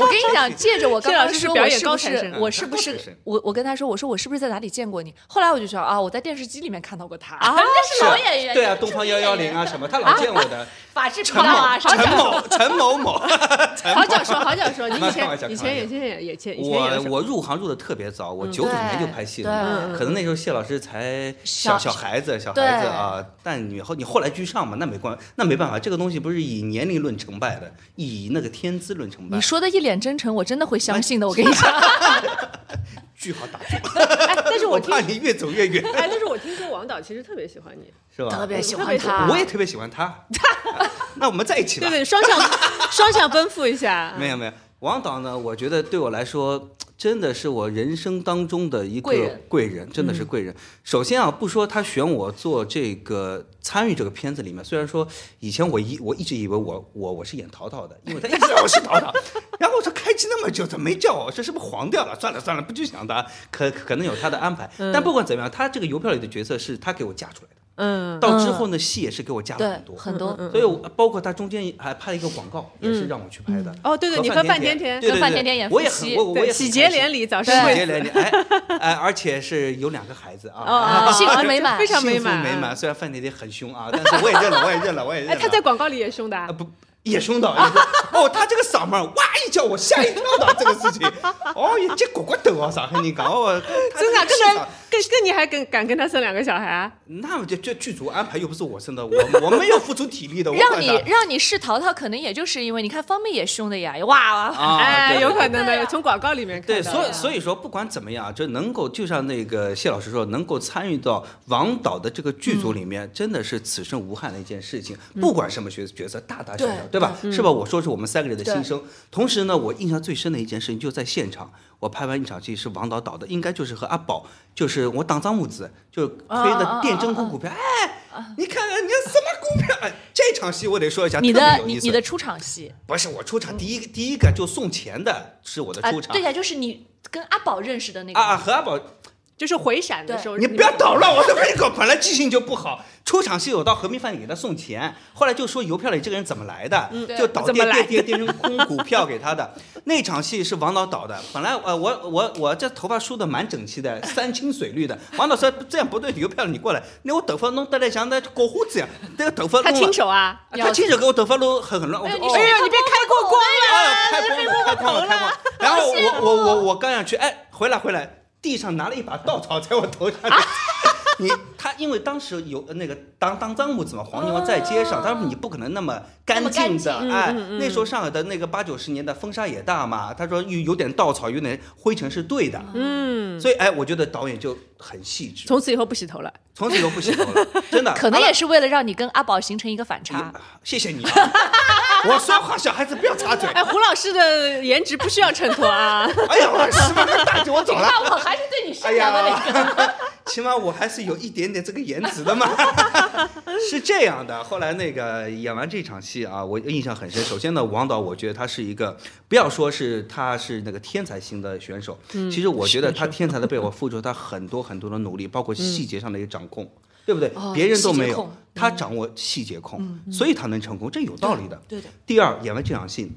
Speaker 5: 我跟你讲，
Speaker 4: 谦虚
Speaker 5: 借着我刚
Speaker 3: 谢老
Speaker 5: 刚
Speaker 3: 师是
Speaker 5: 说
Speaker 3: 表
Speaker 5: 我
Speaker 3: 演
Speaker 5: 是
Speaker 3: 高
Speaker 5: 不
Speaker 3: 材
Speaker 5: 是
Speaker 3: 生
Speaker 5: 我是不
Speaker 4: 高材
Speaker 5: 是
Speaker 4: 生
Speaker 5: 我我跟他说我说我是不是在哪里见过你？后来我就说啊，我在电视机里面看到过他啊，人家是老演员，
Speaker 4: 对啊，
Speaker 5: 知
Speaker 4: 东
Speaker 5: 名
Speaker 4: 方幺幺
Speaker 5: 演
Speaker 4: 零
Speaker 5: 员
Speaker 4: 啊什么，他老见我 的。
Speaker 5: 法制
Speaker 4: 陈
Speaker 5: 频道啊，
Speaker 4: 某，
Speaker 5: 什么
Speaker 4: 陈某，陈某某。
Speaker 3: 好讲说，好讲说，你以
Speaker 4: 开玩笑
Speaker 3: 前以前
Speaker 4: 开玩笑
Speaker 3: 以前也也前以前也
Speaker 4: 我
Speaker 3: 有什么
Speaker 4: 我入行入的特别早，
Speaker 3: 嗯
Speaker 4: 我九五年就拍戏了嘛，嗯
Speaker 5: 对
Speaker 4: 可能那时候谢老师才小
Speaker 5: 小
Speaker 4: 小孩子，小孩子啊。但你后你后来居上嘛，那没关，那没办法，这个东西不是以年龄论成败的，以那个天资论成败
Speaker 5: 你。说的一脸真诚，我真的会相信的。我跟你
Speaker 4: 啊
Speaker 5: 讲，
Speaker 4: 句号打住，
Speaker 3: 哎，但是
Speaker 4: 我
Speaker 3: 我听
Speaker 4: 怕你越走越远，
Speaker 3: 哎，但是我听说王导其实特别喜欢你，
Speaker 4: 是吧？
Speaker 5: 特别喜
Speaker 3: 特
Speaker 5: 欢
Speaker 3: 别喜
Speaker 5: 他，
Speaker 4: 我也特别喜欢 他。啊那我们在一起吧
Speaker 3: 对。对，双 向双向奔赴一下，
Speaker 4: 没有没有，王导呢，我觉得对我来说，真的是我人生当中的一个
Speaker 5: 贵人嗯
Speaker 4: 贵人真的是贵人。首先啊，不说他选我做这个参与这个片子里面，虽然说以前我一我一直以为我我我是演淘淘的，因为他一直让我是 淘淘，然后我说开机那么久怎么没叫我？这是不是黄掉了？算了算了，不去想他，可可能有他的安排。
Speaker 5: 嗯
Speaker 4: 但不管怎么样，他这个邮票里的角色是他给我加出来的。
Speaker 3: 嗯，
Speaker 4: 到之后呢，戏也是给我加了
Speaker 5: 对
Speaker 4: 很多，
Speaker 5: 很多。
Speaker 4: 所以我包括他中间还拍了一个广告，也是让我去拍的。
Speaker 3: 哦对对你和
Speaker 4: 范
Speaker 3: 范
Speaker 4: 甜
Speaker 3: 甜甜
Speaker 4: 甜，对对
Speaker 5: 跟
Speaker 4: 对
Speaker 5: 范甜甜演
Speaker 4: 我也
Speaker 5: 夫
Speaker 4: 很
Speaker 5: 妻
Speaker 4: 我我也
Speaker 3: 对，
Speaker 4: 很
Speaker 3: 喜
Speaker 4: 开
Speaker 3: 结
Speaker 4: 心
Speaker 3: 连理，早生
Speaker 4: 喜
Speaker 3: 贵
Speaker 4: 结
Speaker 3: 子，
Speaker 4: 连理，哎 哎，而且是有两个孩子
Speaker 3: 哦
Speaker 4: 啊，
Speaker 3: 哦哦
Speaker 5: 幸福
Speaker 3: 哦
Speaker 5: 美满
Speaker 3: 非常
Speaker 4: 幸
Speaker 3: 美
Speaker 4: 福
Speaker 3: 满，
Speaker 4: 美满。。虽然范甜甜很凶啊，但是我也认了，我也认了，我也认
Speaker 3: 哎，
Speaker 4: 了。
Speaker 3: 他在广告里也凶的啊
Speaker 4: 啊，不也凶到， 也凶哦，他这个嗓门儿哇一叫我吓一跳的这个事 情，哦，也结果果抖啊，上海人讲哦，他
Speaker 3: 真的啊
Speaker 4: 这
Speaker 3: 跟他
Speaker 4: 个气场
Speaker 3: 跟跟你还敢敢跟他生两个小孩啊？
Speaker 4: 那么就这剧组安排又不是我生的，我我没有付出体力的，我
Speaker 5: 让
Speaker 4: 管
Speaker 5: 你
Speaker 4: 他
Speaker 5: 让你试淘淘，可能也就是因为你看方妹也凶的呀，哇哇，
Speaker 4: 啊，
Speaker 3: 哎，
Speaker 4: 对
Speaker 3: 有
Speaker 4: 对
Speaker 3: 可能
Speaker 5: 对
Speaker 3: 的，
Speaker 5: 啊
Speaker 3: 从广告里面看
Speaker 4: 对，
Speaker 3: 到
Speaker 4: 所以
Speaker 3: 的
Speaker 4: 所以说不管怎么样，就能够就像那个谢老师说，能够参与到王导的这个剧组里面，真的是此生无憾的一件事情。不管什么角角色，大大小小，
Speaker 5: 对
Speaker 4: 对吧？是吧？我说是我们三个人的心声。同时呢，我印象最深的一件事情，就在现场，我拍完一场戏是王导导的，应该就是和阿宝，就是我当张木子，就推的电真空股票，哎，你看看你看什么股票？哎这场戏我得说一下，
Speaker 5: 你
Speaker 4: 特
Speaker 5: 的
Speaker 4: 别有
Speaker 5: 你
Speaker 4: 意思
Speaker 5: 你的出场戏
Speaker 4: 不是我出场第一个第一个就送钱的是我的
Speaker 5: 啊，
Speaker 4: 呃出场
Speaker 5: 对。呀，就是你跟阿宝认识的那个
Speaker 4: 啊啊！和阿宝
Speaker 3: 就是回闪的时候，
Speaker 4: 你不要捣乱，我的胃口本来记性就不好。出场是有到和平饭店给他送钱，后来就说邮票里这个人怎么来的，就倒
Speaker 3: 怎么
Speaker 4: 电
Speaker 3: 来
Speaker 4: 电电电成空股票给他的。那场戏是王导导的，本来呃我我我这头发梳的蛮整齐的，山青水绿的。王导说这样不对，邮票你过来，那我头发弄得来像那国花子一样，那个头发弄
Speaker 3: 他
Speaker 4: 了
Speaker 3: 亲手啊，
Speaker 4: 他亲手给我头发弄很很乱，我
Speaker 5: 哎呦
Speaker 4: 说
Speaker 5: 你
Speaker 4: 哦
Speaker 5: 是
Speaker 3: 哎呦，你别开过光了，
Speaker 4: 哎呀，开光了，开光了，开光了。然后我我我我刚想去，哎，回来回来，地上拿了一把稻草在我头上。你他因为当时有那个当当樟木子嘛，黄牛在街上，当然你不可能那么干净的，哎，那时候上海的那个八九十年代风沙也大嘛，他说有有点稻草，有点灰尘是对的，嗯，所以哎，我觉得导演就很细致，
Speaker 3: 从此以后不洗头了。
Speaker 4: 从此以后不洗头了，真的，
Speaker 5: 可能
Speaker 4: 阿拉
Speaker 5: 也是为了让你跟阿宝形成一个反差。
Speaker 4: 谢谢你、啊，我说话小孩子不要插嘴，
Speaker 3: 哎，胡老师的颜值不需要衬托啊。
Speaker 4: 哎呀，我十分钟大姐，我走了。
Speaker 5: 那我还是对你
Speaker 4: 哎
Speaker 5: 生长的那个。
Speaker 4: 呀， 起码我还是有一点点这个颜值的 嘛。是这样的，后来那个演完这场戏啊，我印象很深。首先呢，王导，我觉得他是一个，不要说是他是那个天才型的选手，
Speaker 5: 嗯
Speaker 4: 其实我觉得他天才的背后付出他很多很多的努力，包括细节上的一个掌控。对不对？
Speaker 5: 哦
Speaker 4: 别人都
Speaker 5: 细节
Speaker 4: 没有
Speaker 5: 控，嗯
Speaker 4: 他掌握细节控，所以他能成功，这有道理的。
Speaker 5: 对的，
Speaker 4: 第二，演完这场戏，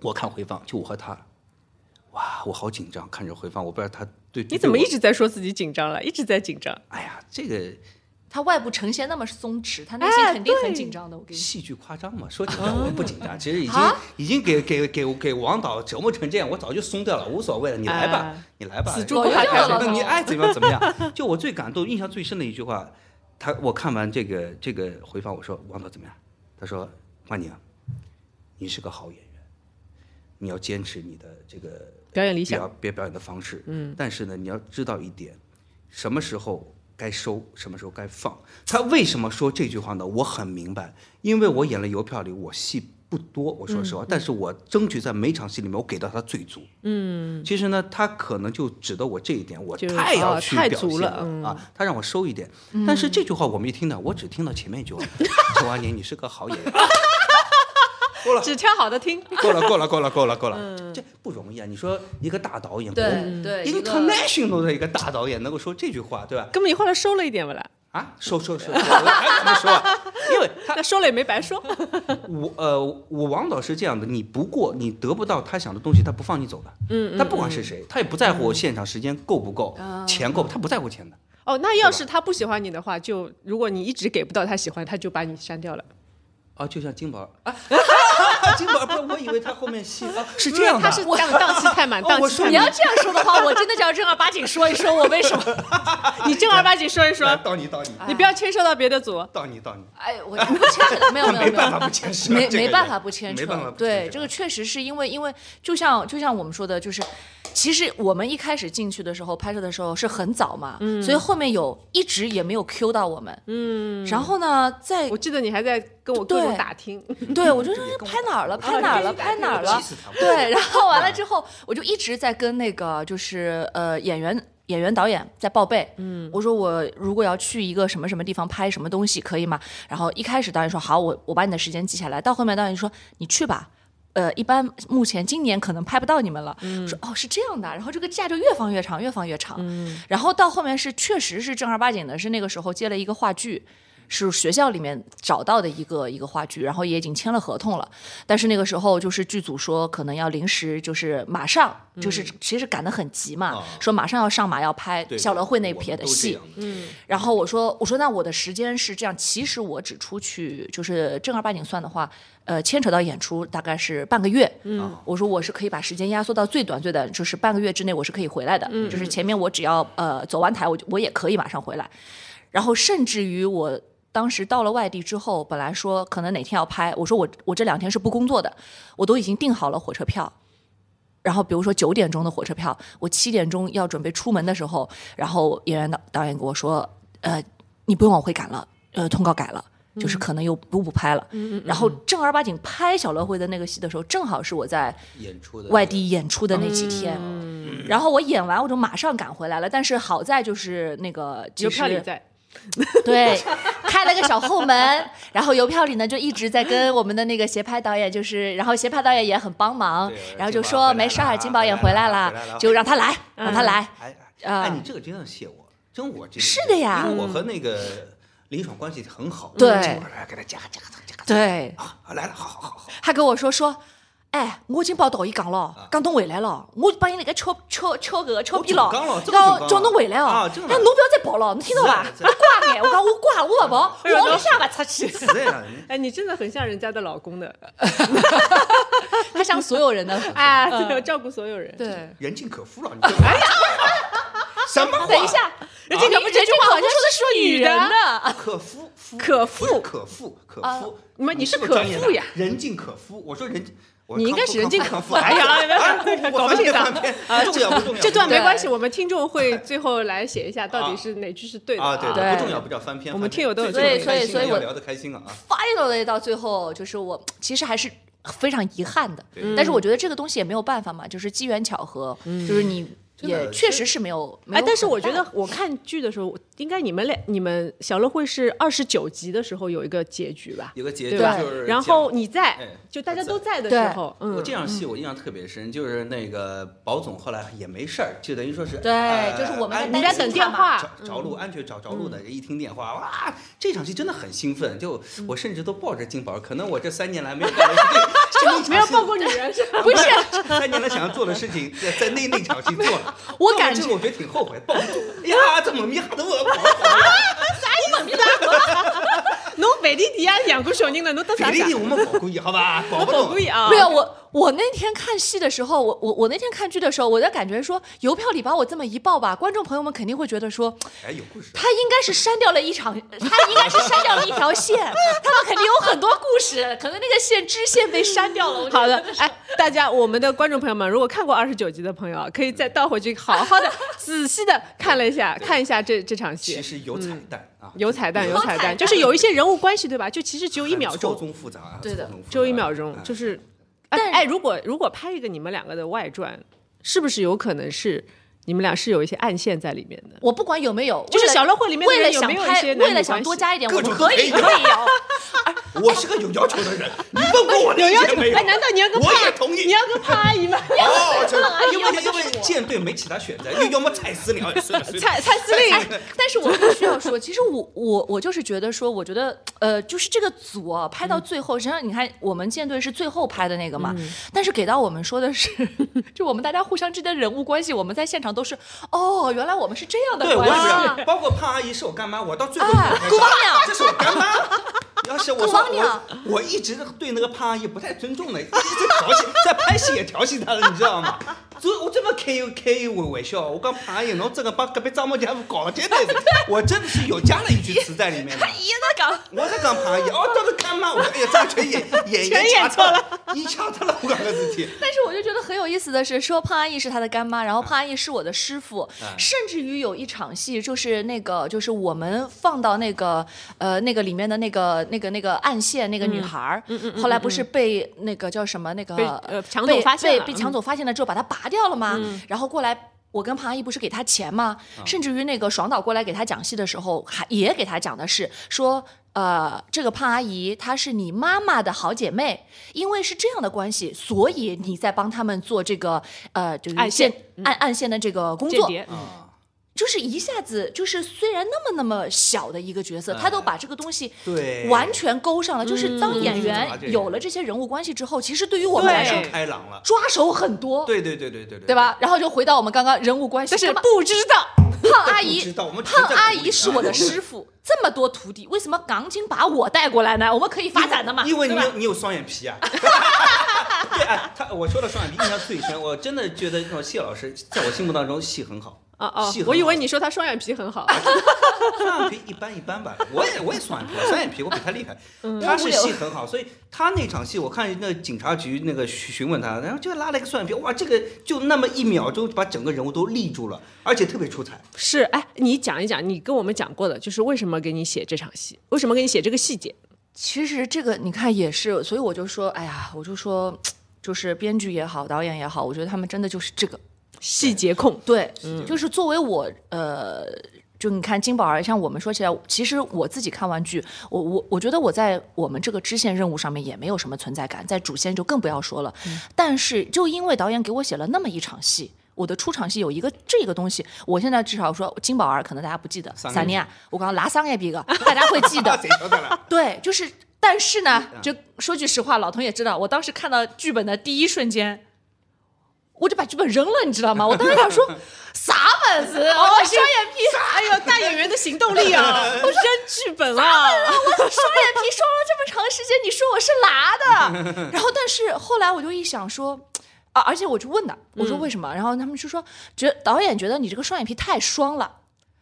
Speaker 4: 我看回放，就我和他，哇，我好紧张，看着回放，我不知道他对
Speaker 3: 你怎么
Speaker 4: 对我
Speaker 3: 一直在说自己紧张了？一直在紧张。
Speaker 4: 哎呀，这个
Speaker 5: 他外部呈现那么松弛，他内心肯
Speaker 4: 哎
Speaker 5: 定很紧张的。我跟你说，
Speaker 4: 戏剧夸张嘛，说紧
Speaker 3: 啊
Speaker 4: 张我不紧张，其实已经
Speaker 5: 啊
Speaker 4: 已经给给给给王导折磨成这样，我早就松掉了，无所谓了，你来吧
Speaker 3: 哎，
Speaker 4: 你来吧，
Speaker 3: 死猪
Speaker 4: 我
Speaker 3: 不怕
Speaker 5: 开水
Speaker 4: 那你
Speaker 5: 烫
Speaker 4: 爱怎么样怎么样。 就我最感动、印象最深的一句话，他我看完这个这个回放，我说王导怎么样？他说万宁，你是个好演员，你要坚持你的这个
Speaker 3: 表演理想
Speaker 4: 表表表演的方式。嗯，但是呢，你要知道一点，什么时候该收，什么时候该放。他为什么说这句话呢？我很明白，因为我演了《邮票》里，我戏不多，我说实
Speaker 3: 嗯
Speaker 4: 话，但是我争取在每场戏里面，我给到他最足。嗯，其实呢，他可能就指的我这一点，我
Speaker 3: 就是
Speaker 4: 太要
Speaker 3: 哦
Speaker 4: 去
Speaker 3: 太
Speaker 4: 表
Speaker 3: 足
Speaker 4: 现
Speaker 3: 了嗯
Speaker 4: 啊，他让我收一点。但是这句话我没听到，我只听到前面一 句话：“陈万年，你是个好演员。”够了，
Speaker 3: 只挑好的听。
Speaker 4: 够了，够了，够了，够了，够了，这不容易啊！你说一个大导演，
Speaker 5: 对对，一个
Speaker 4: international 的一个大导演能够说这句话，对吧？
Speaker 3: 根本你后来收了一点不啦？
Speaker 4: 啊，说说说，我还怎么说啊？因为他
Speaker 3: 那收了也没白 说。
Speaker 4: 我呃，我王导是这样的，你不过你得不到他想的东西，他不放你走的。嗯，他不管是谁，他也不在乎现场时间够不够，钱够不，他不在乎钱的。
Speaker 3: 哦，那要是他不喜欢你的话，就如果你一直给不到他喜欢，他就把你删掉了。
Speaker 4: 啊，就像金宝儿啊，金宝儿不是，我以为他后面戏啊是这
Speaker 3: 因为
Speaker 4: 样的
Speaker 3: 他是档档期太满，
Speaker 4: 哦
Speaker 3: 档
Speaker 4: 我
Speaker 3: 期
Speaker 4: 说
Speaker 3: 太
Speaker 5: 你要
Speaker 3: 满。
Speaker 5: 这样说的话，我真的就要正儿八经说一说，我为什么？
Speaker 3: 你正儿八经说一
Speaker 4: 来
Speaker 3: 说，
Speaker 4: 到你到你
Speaker 3: 你不要牵涉到别的组。
Speaker 4: 到你到你，
Speaker 5: 哎，我不牵扯，没有没有
Speaker 4: 没办
Speaker 5: 有
Speaker 4: 法。不牵扯，
Speaker 5: 没
Speaker 4: 这个
Speaker 5: 没
Speaker 4: 人
Speaker 5: 办法不牵扯，
Speaker 4: 没办法不啊牵
Speaker 5: 对
Speaker 4: 扯
Speaker 5: 这个确实是因为，因为就像就像我们说的，就是其实我们一开始进去的时候拍摄的时候是很早嘛，所以后面有一直也没有 Q 到我们，嗯，然后呢，在
Speaker 3: 我记得你还在跟我各种
Speaker 5: 对
Speaker 3: 打 听，
Speaker 5: 对我就说
Speaker 4: 也跟我
Speaker 5: 拍哪儿了，
Speaker 4: 我
Speaker 5: 拍哪儿了，
Speaker 3: 说
Speaker 5: 拍哪儿了
Speaker 4: 气死他，们
Speaker 5: 对，然后完了之后，我就一直在跟那个就是呃演员。演员导演在报备，嗯，我说我如果要去一个什么什么地方拍什么东西，可以吗？然后一开始导演说好，我我把你的时间记下来。到后面导演说你去吧，呃，一般目前今年可能拍不到你们了。
Speaker 4: 嗯
Speaker 5: 我说哦是这样的，然后这个假就越放越长，越放越长。
Speaker 4: 嗯
Speaker 5: 然后到后面是确实是正儿八经的，是那个时候接了一个话剧，是学校里面找到的一个一个话剧，然后也已经签了合同了。但是那个时候就是剧组说可能要临时，就是马上，就是其实赶得很急嘛，
Speaker 4: 嗯哦
Speaker 5: 说马上要上马要拍
Speaker 4: 对
Speaker 5: 校乐会那
Speaker 4: 我们
Speaker 5: 撇
Speaker 4: 都
Speaker 5: 的
Speaker 4: 这
Speaker 5: 戏
Speaker 4: 样。的
Speaker 3: 嗯
Speaker 5: 然后我说我说那我的时间是这样，其实我只出去就是正儿八经算的话，呃，牵扯到演出大概是半个月。嗯，我说我是可以把时间压缩到最短最短，就是半个月之内我是可以回来的，就是前面我只要呃走完台，我就我也可以马上回来。然后甚至于我当时到了外地之后，本来说可能哪天要拍，我说我我这两天是不工作的，我都已经订好了火车票。然后比如说九点钟的火车票，我七点钟要准备出门的时候，然后演员导导演跟我说，呃，你不用往回赶了，呃，通告改了。就是可能又不不拍了，然后正儿八经拍小乐会的那个戏的时候，正好是我在
Speaker 4: 演出的
Speaker 5: 外地演出的那几天，然后我演完我就马上赶回来了。但是好在就是那个
Speaker 3: 有
Speaker 5: 就是
Speaker 3: 票你在。
Speaker 5: 对，开了个小后门， 然后邮票里呢就一直在跟我们的那个协拍导演，就是，然后协拍导演也很帮忙
Speaker 4: 对，
Speaker 5: 然后就
Speaker 4: 金
Speaker 5: 说
Speaker 4: 宝回来
Speaker 5: 没事
Speaker 4: 了
Speaker 5: 儿，金宝也
Speaker 4: 回
Speaker 5: 回
Speaker 4: 来
Speaker 5: 来
Speaker 4: 了
Speaker 5: 了
Speaker 4: 回来了，
Speaker 5: 就让他来，让他来。
Speaker 4: 哎哎，
Speaker 5: 啊
Speaker 4: 哎，你这个真的谢我，真我这个
Speaker 5: 是的呀
Speaker 4: 因为我
Speaker 3: 嗯
Speaker 4: 和那个林爽关系很好，
Speaker 5: 对
Speaker 4: 我来给他加加加加，
Speaker 5: 对，
Speaker 4: 啊，来了，好好好好，
Speaker 5: 他跟我说说，哎，我已经跑到伊讲了，
Speaker 4: 啊
Speaker 5: 讲侬回来了，我帮伊那个敲敲敲个敲边
Speaker 4: 我就讲了这么就讲
Speaker 5: 要
Speaker 4: 了
Speaker 5: 叫侬回来
Speaker 4: 啊
Speaker 5: 哦，
Speaker 4: 真的
Speaker 5: 哎，侬不要再跑了，侬听到吧？你
Speaker 4: 是啊的
Speaker 5: 挂眼，我讲我挂，我不跑，
Speaker 3: 哎呦
Speaker 5: 我里向不出去。
Speaker 4: 实在让人
Speaker 3: 哎，你真的很像人家的老公的，
Speaker 5: 他 像所有人的，
Speaker 4: 啊
Speaker 3: 啊 哎，对，照顾所有人。
Speaker 5: 对。
Speaker 4: 人尽可夫了，你知道吗？ 什么话？
Speaker 5: 等一下，
Speaker 3: 人这个
Speaker 5: 人这
Speaker 3: 话
Speaker 5: 话
Speaker 3: 好像
Speaker 5: 说的
Speaker 3: 是
Speaker 5: 女
Speaker 3: 女人
Speaker 5: 人的，
Speaker 4: 可夫，夫
Speaker 3: 可
Speaker 4: 不
Speaker 3: 夫
Speaker 4: 是可夫，可夫。
Speaker 3: 那么你是
Speaker 4: 是个
Speaker 3: 可
Speaker 4: 专业
Speaker 3: 夫
Speaker 4: 的
Speaker 3: 呀
Speaker 4: 人尽可夫。我说人尽，我
Speaker 3: 你应
Speaker 4: 康
Speaker 3: 该
Speaker 4: 夫
Speaker 3: 是人尽可
Speaker 4: 康
Speaker 3: 夫
Speaker 4: 夫。
Speaker 3: 哎呀哎呀哎呀
Speaker 4: 啊我
Speaker 3: 搞不
Speaker 4: 翻
Speaker 3: 清
Speaker 4: 这
Speaker 3: 了
Speaker 4: 断片不重要不重要，
Speaker 3: 啊这段
Speaker 4: 不
Speaker 3: 没
Speaker 4: 重要
Speaker 3: 关系，我们听众会最后来写一下，到底是哪句是对的
Speaker 4: 啊，对
Speaker 5: 对
Speaker 4: 不重要，不叫翻篇。
Speaker 3: 我们
Speaker 4: 翻篇
Speaker 3: 听友都有
Speaker 4: 最
Speaker 5: 这个
Speaker 4: 重要开心
Speaker 5: 所以所以
Speaker 4: 要
Speaker 5: 我
Speaker 4: 聊得开心啊啊。
Speaker 5: finally 到最后，就是我其实还是非常遗憾的，
Speaker 4: 对
Speaker 5: 但是我觉得这个东西也没有办法嘛，就是机缘巧合，
Speaker 3: 嗯
Speaker 5: 就是你
Speaker 4: 真的
Speaker 5: 也确实是没有，没
Speaker 3: 哎
Speaker 5: 有，
Speaker 3: 但是
Speaker 5: 很
Speaker 3: 我觉
Speaker 5: 大
Speaker 3: 得我看剧的时候，应该你们俩、你们小乐会是二十九集的时候有一个结局吧？
Speaker 4: 有个结
Speaker 3: 对
Speaker 4: 局
Speaker 3: 吧
Speaker 4: 就是？
Speaker 3: 然
Speaker 4: 讲
Speaker 3: 后你在
Speaker 4: 哎，
Speaker 3: 就大家
Speaker 4: 我在
Speaker 3: 都在的
Speaker 5: 对
Speaker 3: 时候，
Speaker 4: 我
Speaker 3: 嗯
Speaker 4: 这，场戏我印象特别深，就是那个保总后来也没事儿，就等于说是
Speaker 5: 对，
Speaker 4: 呃
Speaker 5: 就是我们
Speaker 4: 安
Speaker 3: 哎你
Speaker 5: 担
Speaker 3: 在
Speaker 5: 心
Speaker 3: 等
Speaker 5: 他
Speaker 3: 电
Speaker 5: 嘛
Speaker 3: 话嗯
Speaker 4: 着着陆，安全着着陆的，一听电话，哇，这场戏真的很兴奋，就
Speaker 3: 嗯
Speaker 4: 我甚至都抱着金宝，可能我这三年来没有干的事情 这，
Speaker 3: 没有抱过女人是吧？
Speaker 4: 不是三年来想要做的事情，在在那那场戏做 了，
Speaker 5: 我
Speaker 4: 做完
Speaker 5: 感
Speaker 4: 之
Speaker 5: 觉
Speaker 4: 后我觉得挺后悔，抱不住，哎呀，这么迷哈的 我，我
Speaker 3: 侬万里底下养过小人了，侬得
Speaker 4: 给
Speaker 3: 啥
Speaker 4: 力
Speaker 3: 啥
Speaker 4: 你？我们保故意 好吧，保不
Speaker 3: 我
Speaker 4: 动
Speaker 3: 故。意啊，
Speaker 5: 没有，我，我那天看戏的时候，我我我那天看剧的时候，我在感觉说，邮票里把我这么一抱吧，观众朋友们肯定会觉得说，
Speaker 4: 哎，有故事，
Speaker 5: 他应该是删掉了一场，他应该是删掉了一条线，他们肯定有很多故事，可能那个线支线被删掉了。我觉
Speaker 3: 好
Speaker 5: 得
Speaker 3: 的，哎，大家我们的观众朋友们，如果看过二十九集的朋友啊，可以再倒回去好 好的、仔细的看了一下，看一下这这场
Speaker 4: 其
Speaker 3: 戏。
Speaker 4: 实有彩蛋啊，
Speaker 3: 嗯有彩蛋，有
Speaker 5: 有
Speaker 3: 彩
Speaker 5: 彩
Speaker 3: 蛋，
Speaker 5: 蛋
Speaker 3: 就是有一些人物关系，对吧？就其实只有一秒
Speaker 4: 很
Speaker 3: 钟
Speaker 4: 错，综复杂啊，
Speaker 5: 对的
Speaker 4: 错综复杂
Speaker 3: 只有一秒钟，就。
Speaker 4: 哎
Speaker 3: 是，哎哎，如果如果拍一个你们两个的外传，是不是有可能是你们俩是有一些暗线在里面的？
Speaker 5: 我不管有没有，
Speaker 3: 就是
Speaker 5: 为了
Speaker 3: 小乐会里面的
Speaker 5: 为了
Speaker 3: 人有
Speaker 5: 想
Speaker 3: 没有一
Speaker 5: 拍
Speaker 3: 些男女
Speaker 5: 为了想
Speaker 3: 关系
Speaker 5: 多加一点，
Speaker 4: 各
Speaker 5: 我们
Speaker 4: 种
Speaker 5: 可以
Speaker 4: 都可以
Speaker 5: 可以聊。
Speaker 4: 我是个有要求的人， 你问过我的意见没有？
Speaker 3: 哎，难道你要跟
Speaker 4: 我也
Speaker 3: 帕，
Speaker 4: 同意
Speaker 3: 你。要跟帕阿姨吗？
Speaker 4: 哦，就是因
Speaker 5: 要么
Speaker 4: 为因
Speaker 5: 就是
Speaker 4: 为
Speaker 5: 我
Speaker 4: 舰队没其他 选择，又要么蔡思邈，也算了算了
Speaker 3: 蔡蔡司 令，
Speaker 5: 哎，但是我必须要说，其实我我我就是觉得说，我觉得呃，就是这个组啊，拍到最后，实际上你看我们舰队是最后拍的那个嘛，
Speaker 3: 嗯
Speaker 5: 但是给到我们说的是， 就我们大家互相之间的人物关系，我们在现场都是哦，原来我们是这样的
Speaker 4: 对，我
Speaker 5: 关
Speaker 4: 也
Speaker 5: 系。
Speaker 4: 是，包括胖阿姨是我干妈，我到最后
Speaker 5: 哎
Speaker 4: 我才
Speaker 5: 姑
Speaker 4: 知道
Speaker 5: 娘
Speaker 4: 这是我干妈。要是我说
Speaker 5: 姑娘
Speaker 4: 我我一直对那个胖阿姨不太尊重的，一直调戏，在拍戏也调戏她了，你知道吗？所以我这么开开玩玩笑，我讲胖阿姨，侬这个把隔壁张某家搞了绝对的，我真的是有加了一句词在里面的。
Speaker 5: 咦，哎那个
Speaker 4: 我在讲胖阿姨，哦，都是干妈，我哎呀，这个全演演
Speaker 3: 全演
Speaker 4: 错了，你掐错了，我讲个事体。
Speaker 5: 但是我就觉得很有意思的是，说胖阿姨是她的干妈，然后胖阿姨是我的师傅，
Speaker 4: 哎
Speaker 5: 甚至于有一场戏就是那个就是我们放到那个呃那个里面的那个那个那个暗线那个
Speaker 3: 嗯
Speaker 5: 女孩儿，后来不是被那个叫什么那个
Speaker 3: 被呃抢走发现
Speaker 5: 被
Speaker 3: 了
Speaker 5: 被被
Speaker 3: 嗯
Speaker 5: 抢走发现了之后把她拔掉了吗？然后过来。我跟胖阿姨不是给她钱吗？
Speaker 3: 啊
Speaker 5: 甚至于那个爽导过来给她讲戏的时候，还也给她讲的是说，呃，这个胖阿姨她是你妈妈的好姐妹，因为是这样的关系，所以你在帮他们做这个呃，就是
Speaker 3: 暗线嗯
Speaker 5: 间暗暗线的这个工
Speaker 3: 间
Speaker 5: 作，
Speaker 3: 谍，
Speaker 4: 啊，
Speaker 5: 就是一下子就是虽然那么那么小的一个角色，
Speaker 3: 哎
Speaker 5: 他都把这个东西
Speaker 4: 对
Speaker 5: 完全勾上了。就是当演
Speaker 4: 嗯嗯嗯
Speaker 5: 员
Speaker 4: 嗯
Speaker 5: 有了这些人物关系之后，其实对于我
Speaker 4: 突
Speaker 5: 们来
Speaker 4: 然
Speaker 5: 说
Speaker 4: 就开朗了。
Speaker 5: 抓手很多，
Speaker 4: 对对对对对对，
Speaker 5: 对？吧？然后就回到我们刚刚人物关系，
Speaker 3: 但是
Speaker 5: 干嘛
Speaker 3: 不知道，
Speaker 5: 胖阿姨
Speaker 4: 不知道我们只是
Speaker 5: 胖
Speaker 4: 在
Speaker 5: 阿
Speaker 4: 鼓励
Speaker 5: 姨是我的师傅，这么多徒弟，为什么钢筋把我带过来呢？我们可以发展的 嘛，
Speaker 4: 因为你
Speaker 5: 对吧
Speaker 4: 有你有双眼 皮啊。对，哎，他我说到双眼皮，印象最深，我真的觉得那种谢老师在我心目当中戏很好。
Speaker 3: 哦哦
Speaker 4: 戏，很好
Speaker 3: 我以为你说他双眼皮很好，
Speaker 4: 双眼皮一般一般吧，我也我也双眼皮，我双眼皮我比他 厉害。他是戏很好，所以他那场戏，我看那警察局那个询询问他，然后就拉了一个双眼皮，哇，这个就那么一秒钟把整个人物都立住了，而且特别出彩。
Speaker 3: 是哎，你讲一讲，你跟我们讲过的，就是为什么给你写这场戏，为什么给你写这个细节？
Speaker 5: 其实这个你看也是，所以我就说，哎呀，我就说，就是编剧也好，导演也好，我觉得他们真的就是这个，
Speaker 3: 细节控，
Speaker 5: 对，就是作为我，呃，就你看金宝儿，像我们说起来，其实我自己看完剧，我我我觉得我在我们这个支线任务上面也没有什么存在感，在主线就更不要说了。但是就因为导演给我写了那么一场戏。我的出场戏有一个这个东西，我现在至少说金宝儿可能大家不记得，
Speaker 4: 三个，
Speaker 5: 三年，我刚刚拿三个比个，大家会记得
Speaker 4: 谁说的了？
Speaker 5: 对，就是，但是呢，
Speaker 4: 嗯
Speaker 5: 就说句实话，老童也知道，我当时看到剧本的第一瞬间，我就把剧本扔了，你知道吗？我当时想说，啥本子？我双眼皮，
Speaker 3: 哎呦，大演员的行动 力啊，我扔剧本啊，
Speaker 5: 我双眼皮双了这么长时间，你说我是拉的？然后，但是后来我就一想说。啊，而且我就问的，我说为什么？然后他们就说，觉导演觉得你这个双眼皮太双了，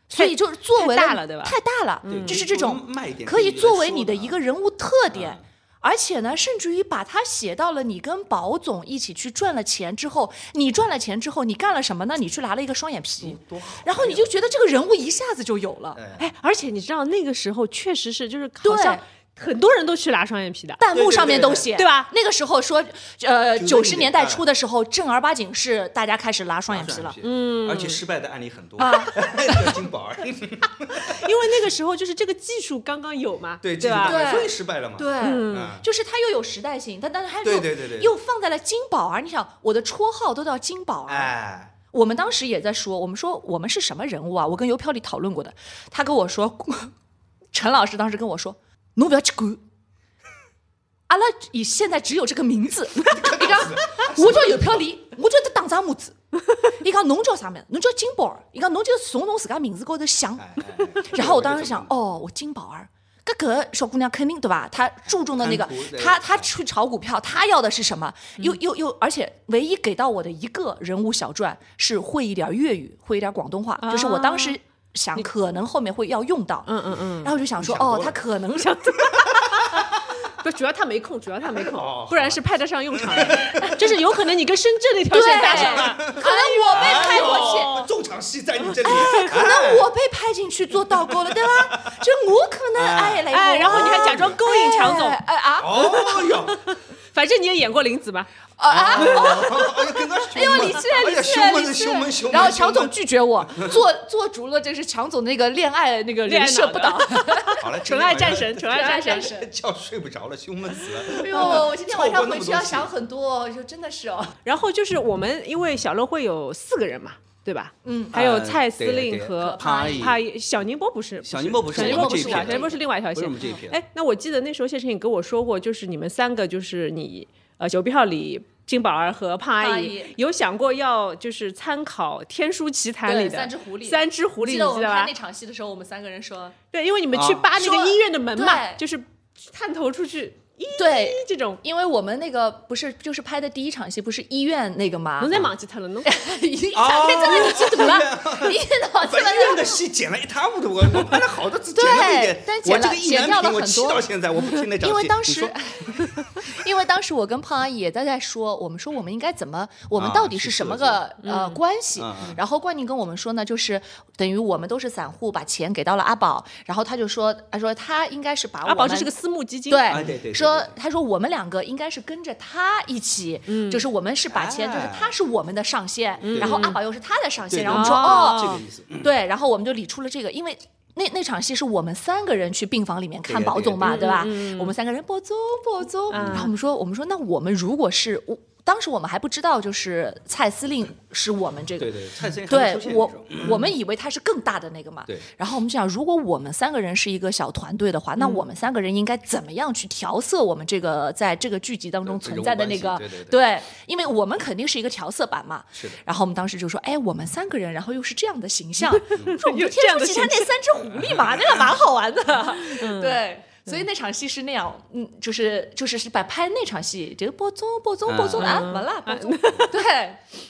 Speaker 5: 所以就是作为
Speaker 3: 太大了对吧
Speaker 5: 太大了，
Speaker 4: 对
Speaker 5: 就是这种
Speaker 4: 嗯卖点
Speaker 5: 可以作为你的
Speaker 4: 的
Speaker 5: 一个人物特点。而且呢，甚至于把它写到了你跟宝总一起去赚了钱之后，你赚了钱之后，你干了什么呢？你去拿了一个双眼皮，
Speaker 4: 多好
Speaker 5: 然后你就觉得这个人物一下子就有了。
Speaker 3: 哎，而且你知道那个时候确实是，就是好
Speaker 5: 对
Speaker 3: 像很多人都去拉双眼皮的，
Speaker 5: 弹幕上面都写，
Speaker 3: 对对对对吧
Speaker 5: 那个时候说，呃，
Speaker 4: 就
Speaker 5: 九
Speaker 4: 是
Speaker 5: 十
Speaker 4: 你
Speaker 5: 年代
Speaker 4: 看
Speaker 5: 初的时候，正儿八经是大家开始拉双眼皮了。啊
Speaker 4: 嗯，而且失败的案例很多， 叫金宝 儿，
Speaker 3: 因为那个时候就是这个技术刚刚有嘛，
Speaker 4: 对
Speaker 3: 对
Speaker 4: 金
Speaker 3: 吧
Speaker 4: 宝？
Speaker 5: 对
Speaker 4: 儿，所以失败了嘛，
Speaker 5: 对，
Speaker 4: 嗯，
Speaker 5: 就是它又有时代性，但但是它又
Speaker 4: 对对对对
Speaker 5: 又放在了金宝儿。你想，我的绰号都叫金宝儿。
Speaker 4: 哎。
Speaker 5: 我们当时也在说，我们说我们是什么人物啊？我跟邮票里讨论过的，他跟我说， 陈老师当时跟我说，侬不要去管。阿拉以现在只有这个名字，伊讲我叫邮票里，我叫得打啥么子？ 伊讲侬叫啥名字？侬叫金宝儿。伊讲侬就从侬自家名字高头想。
Speaker 4: 哎哎哎
Speaker 5: 然后我当时想，
Speaker 4: 这种
Speaker 5: 哦，我金宝儿，这个小姑娘肯定对吧？她注重的那个
Speaker 4: 贪图，对
Speaker 5: 她她去炒股票，她要的是什么？
Speaker 4: 嗯
Speaker 5: 又又又，而且唯一给到我的一个人物小传是会一点粤语，会一点广东话，
Speaker 4: 啊
Speaker 5: 就是我当时想可能后面会要用到，
Speaker 3: 嗯嗯嗯，
Speaker 5: 然后我就想说，
Speaker 4: 你想多
Speaker 5: 哦，
Speaker 4: 了
Speaker 5: 她可 能想，
Speaker 3: 不，主要他没空，主要他没空
Speaker 4: 哦，
Speaker 3: 不然是派得上用场的， 就是有可能你跟深圳那条线搭上了，
Speaker 5: 可能我被拍过去。
Speaker 4: 哎呦，重场戏在你这里，
Speaker 5: 可能我被拍进去做导购了，对 吧？就我可能哎来，
Speaker 3: 哎，然后你还假装勾引强总
Speaker 5: 哎，哎啊，
Speaker 4: 哦哟，
Speaker 3: 反正你也演过林子吧？
Speaker 5: 啊
Speaker 4: 哎呦，跟他啊哎呦，
Speaker 5: 李现，李
Speaker 4: 胸
Speaker 5: 现，
Speaker 4: 闷
Speaker 5: 李
Speaker 4: 胸
Speaker 5: 现。
Speaker 4: 闷胸闷，
Speaker 5: 然后强总
Speaker 4: 胸
Speaker 5: 拒绝我，做 做足了这是强总那个恋爱那个
Speaker 3: 恋
Speaker 5: 人
Speaker 3: 爱
Speaker 5: 设
Speaker 3: 脑
Speaker 5: 不
Speaker 3: 的
Speaker 5: 倒。
Speaker 4: 闷好了，
Speaker 3: 纯爱战神，纯爱 哎战神。
Speaker 5: 神。
Speaker 4: 觉睡不着了，胸闷死了。
Speaker 5: 哎呦，我今天晚上
Speaker 4: 错过那
Speaker 5: 回
Speaker 4: 么
Speaker 5: 去
Speaker 4: 多
Speaker 5: 要
Speaker 4: 戏
Speaker 5: 想很多哦，就真的是哦。
Speaker 3: 然后就是我们，因为小乐会有四个人嘛，对吧？
Speaker 5: 嗯
Speaker 3: 还有
Speaker 4: 呃
Speaker 3: 蔡
Speaker 4: 对
Speaker 3: 司
Speaker 4: 对
Speaker 3: 令
Speaker 4: 对
Speaker 3: 和
Speaker 4: 帕阿姨
Speaker 3: 帕小宁波不是，
Speaker 4: 小宁波不是
Speaker 3: 小宁
Speaker 5: 我们
Speaker 3: 波不
Speaker 5: 这
Speaker 3: 是
Speaker 5: 一
Speaker 3: 啊，
Speaker 5: 片
Speaker 3: 小宁波是另外一条
Speaker 4: 不
Speaker 3: 线。
Speaker 4: 是我们这一片，
Speaker 3: 哎，那我记得那时候谢晨颖跟我说过，就是你们三个，就是你呃邮票里金宝儿和胖
Speaker 5: 胖
Speaker 3: 阿
Speaker 5: 阿
Speaker 3: 姨
Speaker 5: 姨，
Speaker 3: 有想过要就是参考《天书奇谭》
Speaker 5: 对
Speaker 3: 里的
Speaker 5: 三只狐狸
Speaker 3: 三只狐狸，
Speaker 5: 记
Speaker 3: 你
Speaker 5: 得我
Speaker 3: 记
Speaker 5: 们
Speaker 3: 得
Speaker 5: 看
Speaker 3: 吧
Speaker 5: 那？场戏的时候，我们三个人说，
Speaker 3: 对，因为你们去
Speaker 4: 啊
Speaker 3: 扒那个
Speaker 5: 说
Speaker 3: 医院的门嘛，
Speaker 5: 对
Speaker 3: 就是探头出去，咦，
Speaker 5: 对
Speaker 3: 这种。
Speaker 5: 因为我们那个不是就是拍的第一场戏，不是医院那个吗？
Speaker 3: 侬在忙去脱了，侬
Speaker 5: 一下天真 的已经堵 了，一脑子
Speaker 4: 哦本
Speaker 5: 在
Speaker 4: 院
Speaker 5: 那
Speaker 4: 的戏剪了一塌糊涂，我我拍了好多次，剪
Speaker 5: 对
Speaker 4: 了一点，
Speaker 5: 但
Speaker 4: 我
Speaker 5: 剪
Speaker 4: 这
Speaker 5: 了
Speaker 4: 个意
Speaker 5: 剪掉了
Speaker 4: 难平，我
Speaker 5: 很
Speaker 4: 气
Speaker 5: 多
Speaker 4: 到现在，我不听那场戏。
Speaker 5: 因为当
Speaker 4: 你
Speaker 5: 时
Speaker 4: 说，
Speaker 5: 因为当时我跟胖阿姨也在在说，我们说我们应该怎么，我们
Speaker 4: 啊
Speaker 5: 到底
Speaker 4: 去
Speaker 5: 是什
Speaker 4: 设
Speaker 5: 么
Speaker 4: 计
Speaker 5: 个、呃关系？
Speaker 4: 嗯
Speaker 5: 然后冠宁跟我们说呢，就是等于我们都是散户，把钱给到了阿宝，然后他就说，他说他应该是把我们
Speaker 3: 阿宝啊这是个私募基金，
Speaker 5: 对,、
Speaker 4: 哎对对对对
Speaker 5: 说
Speaker 4: 对
Speaker 5: 他说我们两个应该是跟着他一起，
Speaker 3: 嗯
Speaker 5: 就是我们是把钱，就是他是我们的上线，然后阿宝又是他的上线，
Speaker 4: 哎嗯对
Speaker 5: 然后我们说哦，
Speaker 3: 对
Speaker 4: 这个意思，
Speaker 5: 对，然后我们就理出了这个，因为。那那场戏是我们三个人去病房里面看
Speaker 4: 对呀嗯
Speaker 5: 宝总嘛，
Speaker 4: 对
Speaker 5: 吧？我们三个人宝总宝总，
Speaker 4: 嗯
Speaker 5: 然后我们说我们说那我们如果是我，当时我们还不知道就是蔡司令是我们这个
Speaker 4: 对，对，蔡司令还没
Speaker 5: 对
Speaker 4: 出现那
Speaker 5: 我
Speaker 4: 时候，嗯
Speaker 5: 我们以为他是更大的那个嘛。
Speaker 4: 对
Speaker 5: 然后我们想，如果我们三个人是一个小团队的话，
Speaker 4: 嗯
Speaker 5: 那我们三个人应该怎么样去调色我们这个在这个剧集当中
Speaker 4: 对
Speaker 5: 存在的那个？
Speaker 4: 呃人物关系对对
Speaker 5: 因为我们肯定是一个调色板嘛。
Speaker 4: 是的
Speaker 5: 然后我们当时就说，哎，我们三个人，然后又是这样的形象，我说我们
Speaker 3: 有
Speaker 5: 就
Speaker 3: 这
Speaker 5: 天
Speaker 3: 样的
Speaker 5: 书奇谭
Speaker 3: 形
Speaker 5: 那三只狐狸嘛，那个蛮好玩的。对。所以那场戏是那样，嗯，就是就是是把拍那场戏，就是播宗播宗播宗的啊，完了播宗，对，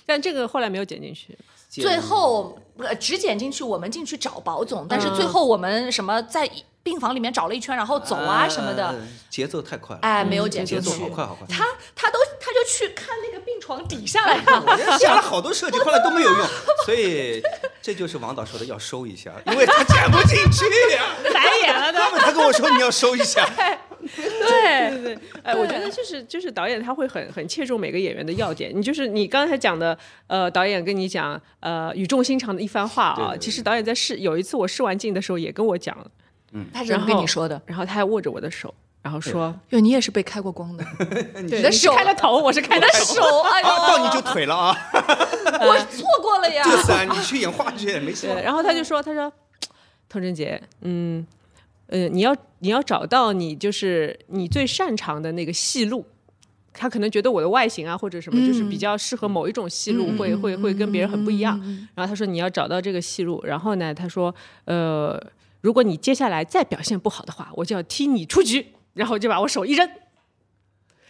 Speaker 3: 但这个后来没有剪进去。
Speaker 5: 最后呃只剪进去，我们进去找保总，但是最后我们什么在病房里面找了一圈，然后走啊什么的，
Speaker 4: 呃，节奏太快了，
Speaker 5: 哎，没有剪进
Speaker 4: 节奏好
Speaker 5: 去。
Speaker 4: 快好快。
Speaker 5: 他他都他就去看那个病床底下来
Speaker 4: 我
Speaker 5: 了，
Speaker 4: 这下了好多设计，后来都没有用，所以这就是王导说的要收一下，因为他剪不进去呀、
Speaker 3: 白演了的
Speaker 4: 他们他跟我说你要收一下，
Speaker 5: 哎
Speaker 3: 对对对，哎，我觉得就是就是导演他会很很切中每个演员的要点。你就是你刚才讲的，呃，导演跟你讲，呃，语重心长的一番话
Speaker 4: 对
Speaker 3: 啊
Speaker 4: 对。对
Speaker 3: 其实导演在试有一次我试完镜的时候也跟我讲，
Speaker 5: 他是怎么
Speaker 3: 然后
Speaker 5: 跟你说的？
Speaker 3: 然后他还握着我的手，然后说，
Speaker 5: 哟，你也是被开过光的，
Speaker 3: 对
Speaker 5: 你的
Speaker 3: 你是
Speaker 5: 手
Speaker 3: 开了头，我是开的手。
Speaker 5: 手哎呦，
Speaker 4: 啊，到你就腿了啊！
Speaker 5: 我错过了呀。
Speaker 4: 嗯就是啊，你去演话剧没戏
Speaker 3: 对，
Speaker 4: 了。
Speaker 3: 然后他就说，他说，童贞杰，嗯，呃，你要你要找到你就是你最擅长的那个戏路。他可能觉得我的外形啊，或者什么，就是比较适合某一种戏路，会会会跟别人很不一样。然后他说你要找到这个戏路，然后呢，他说，呃，如果你接下来再表现不好的话，我就要踢你出局。然后就把我手一扔，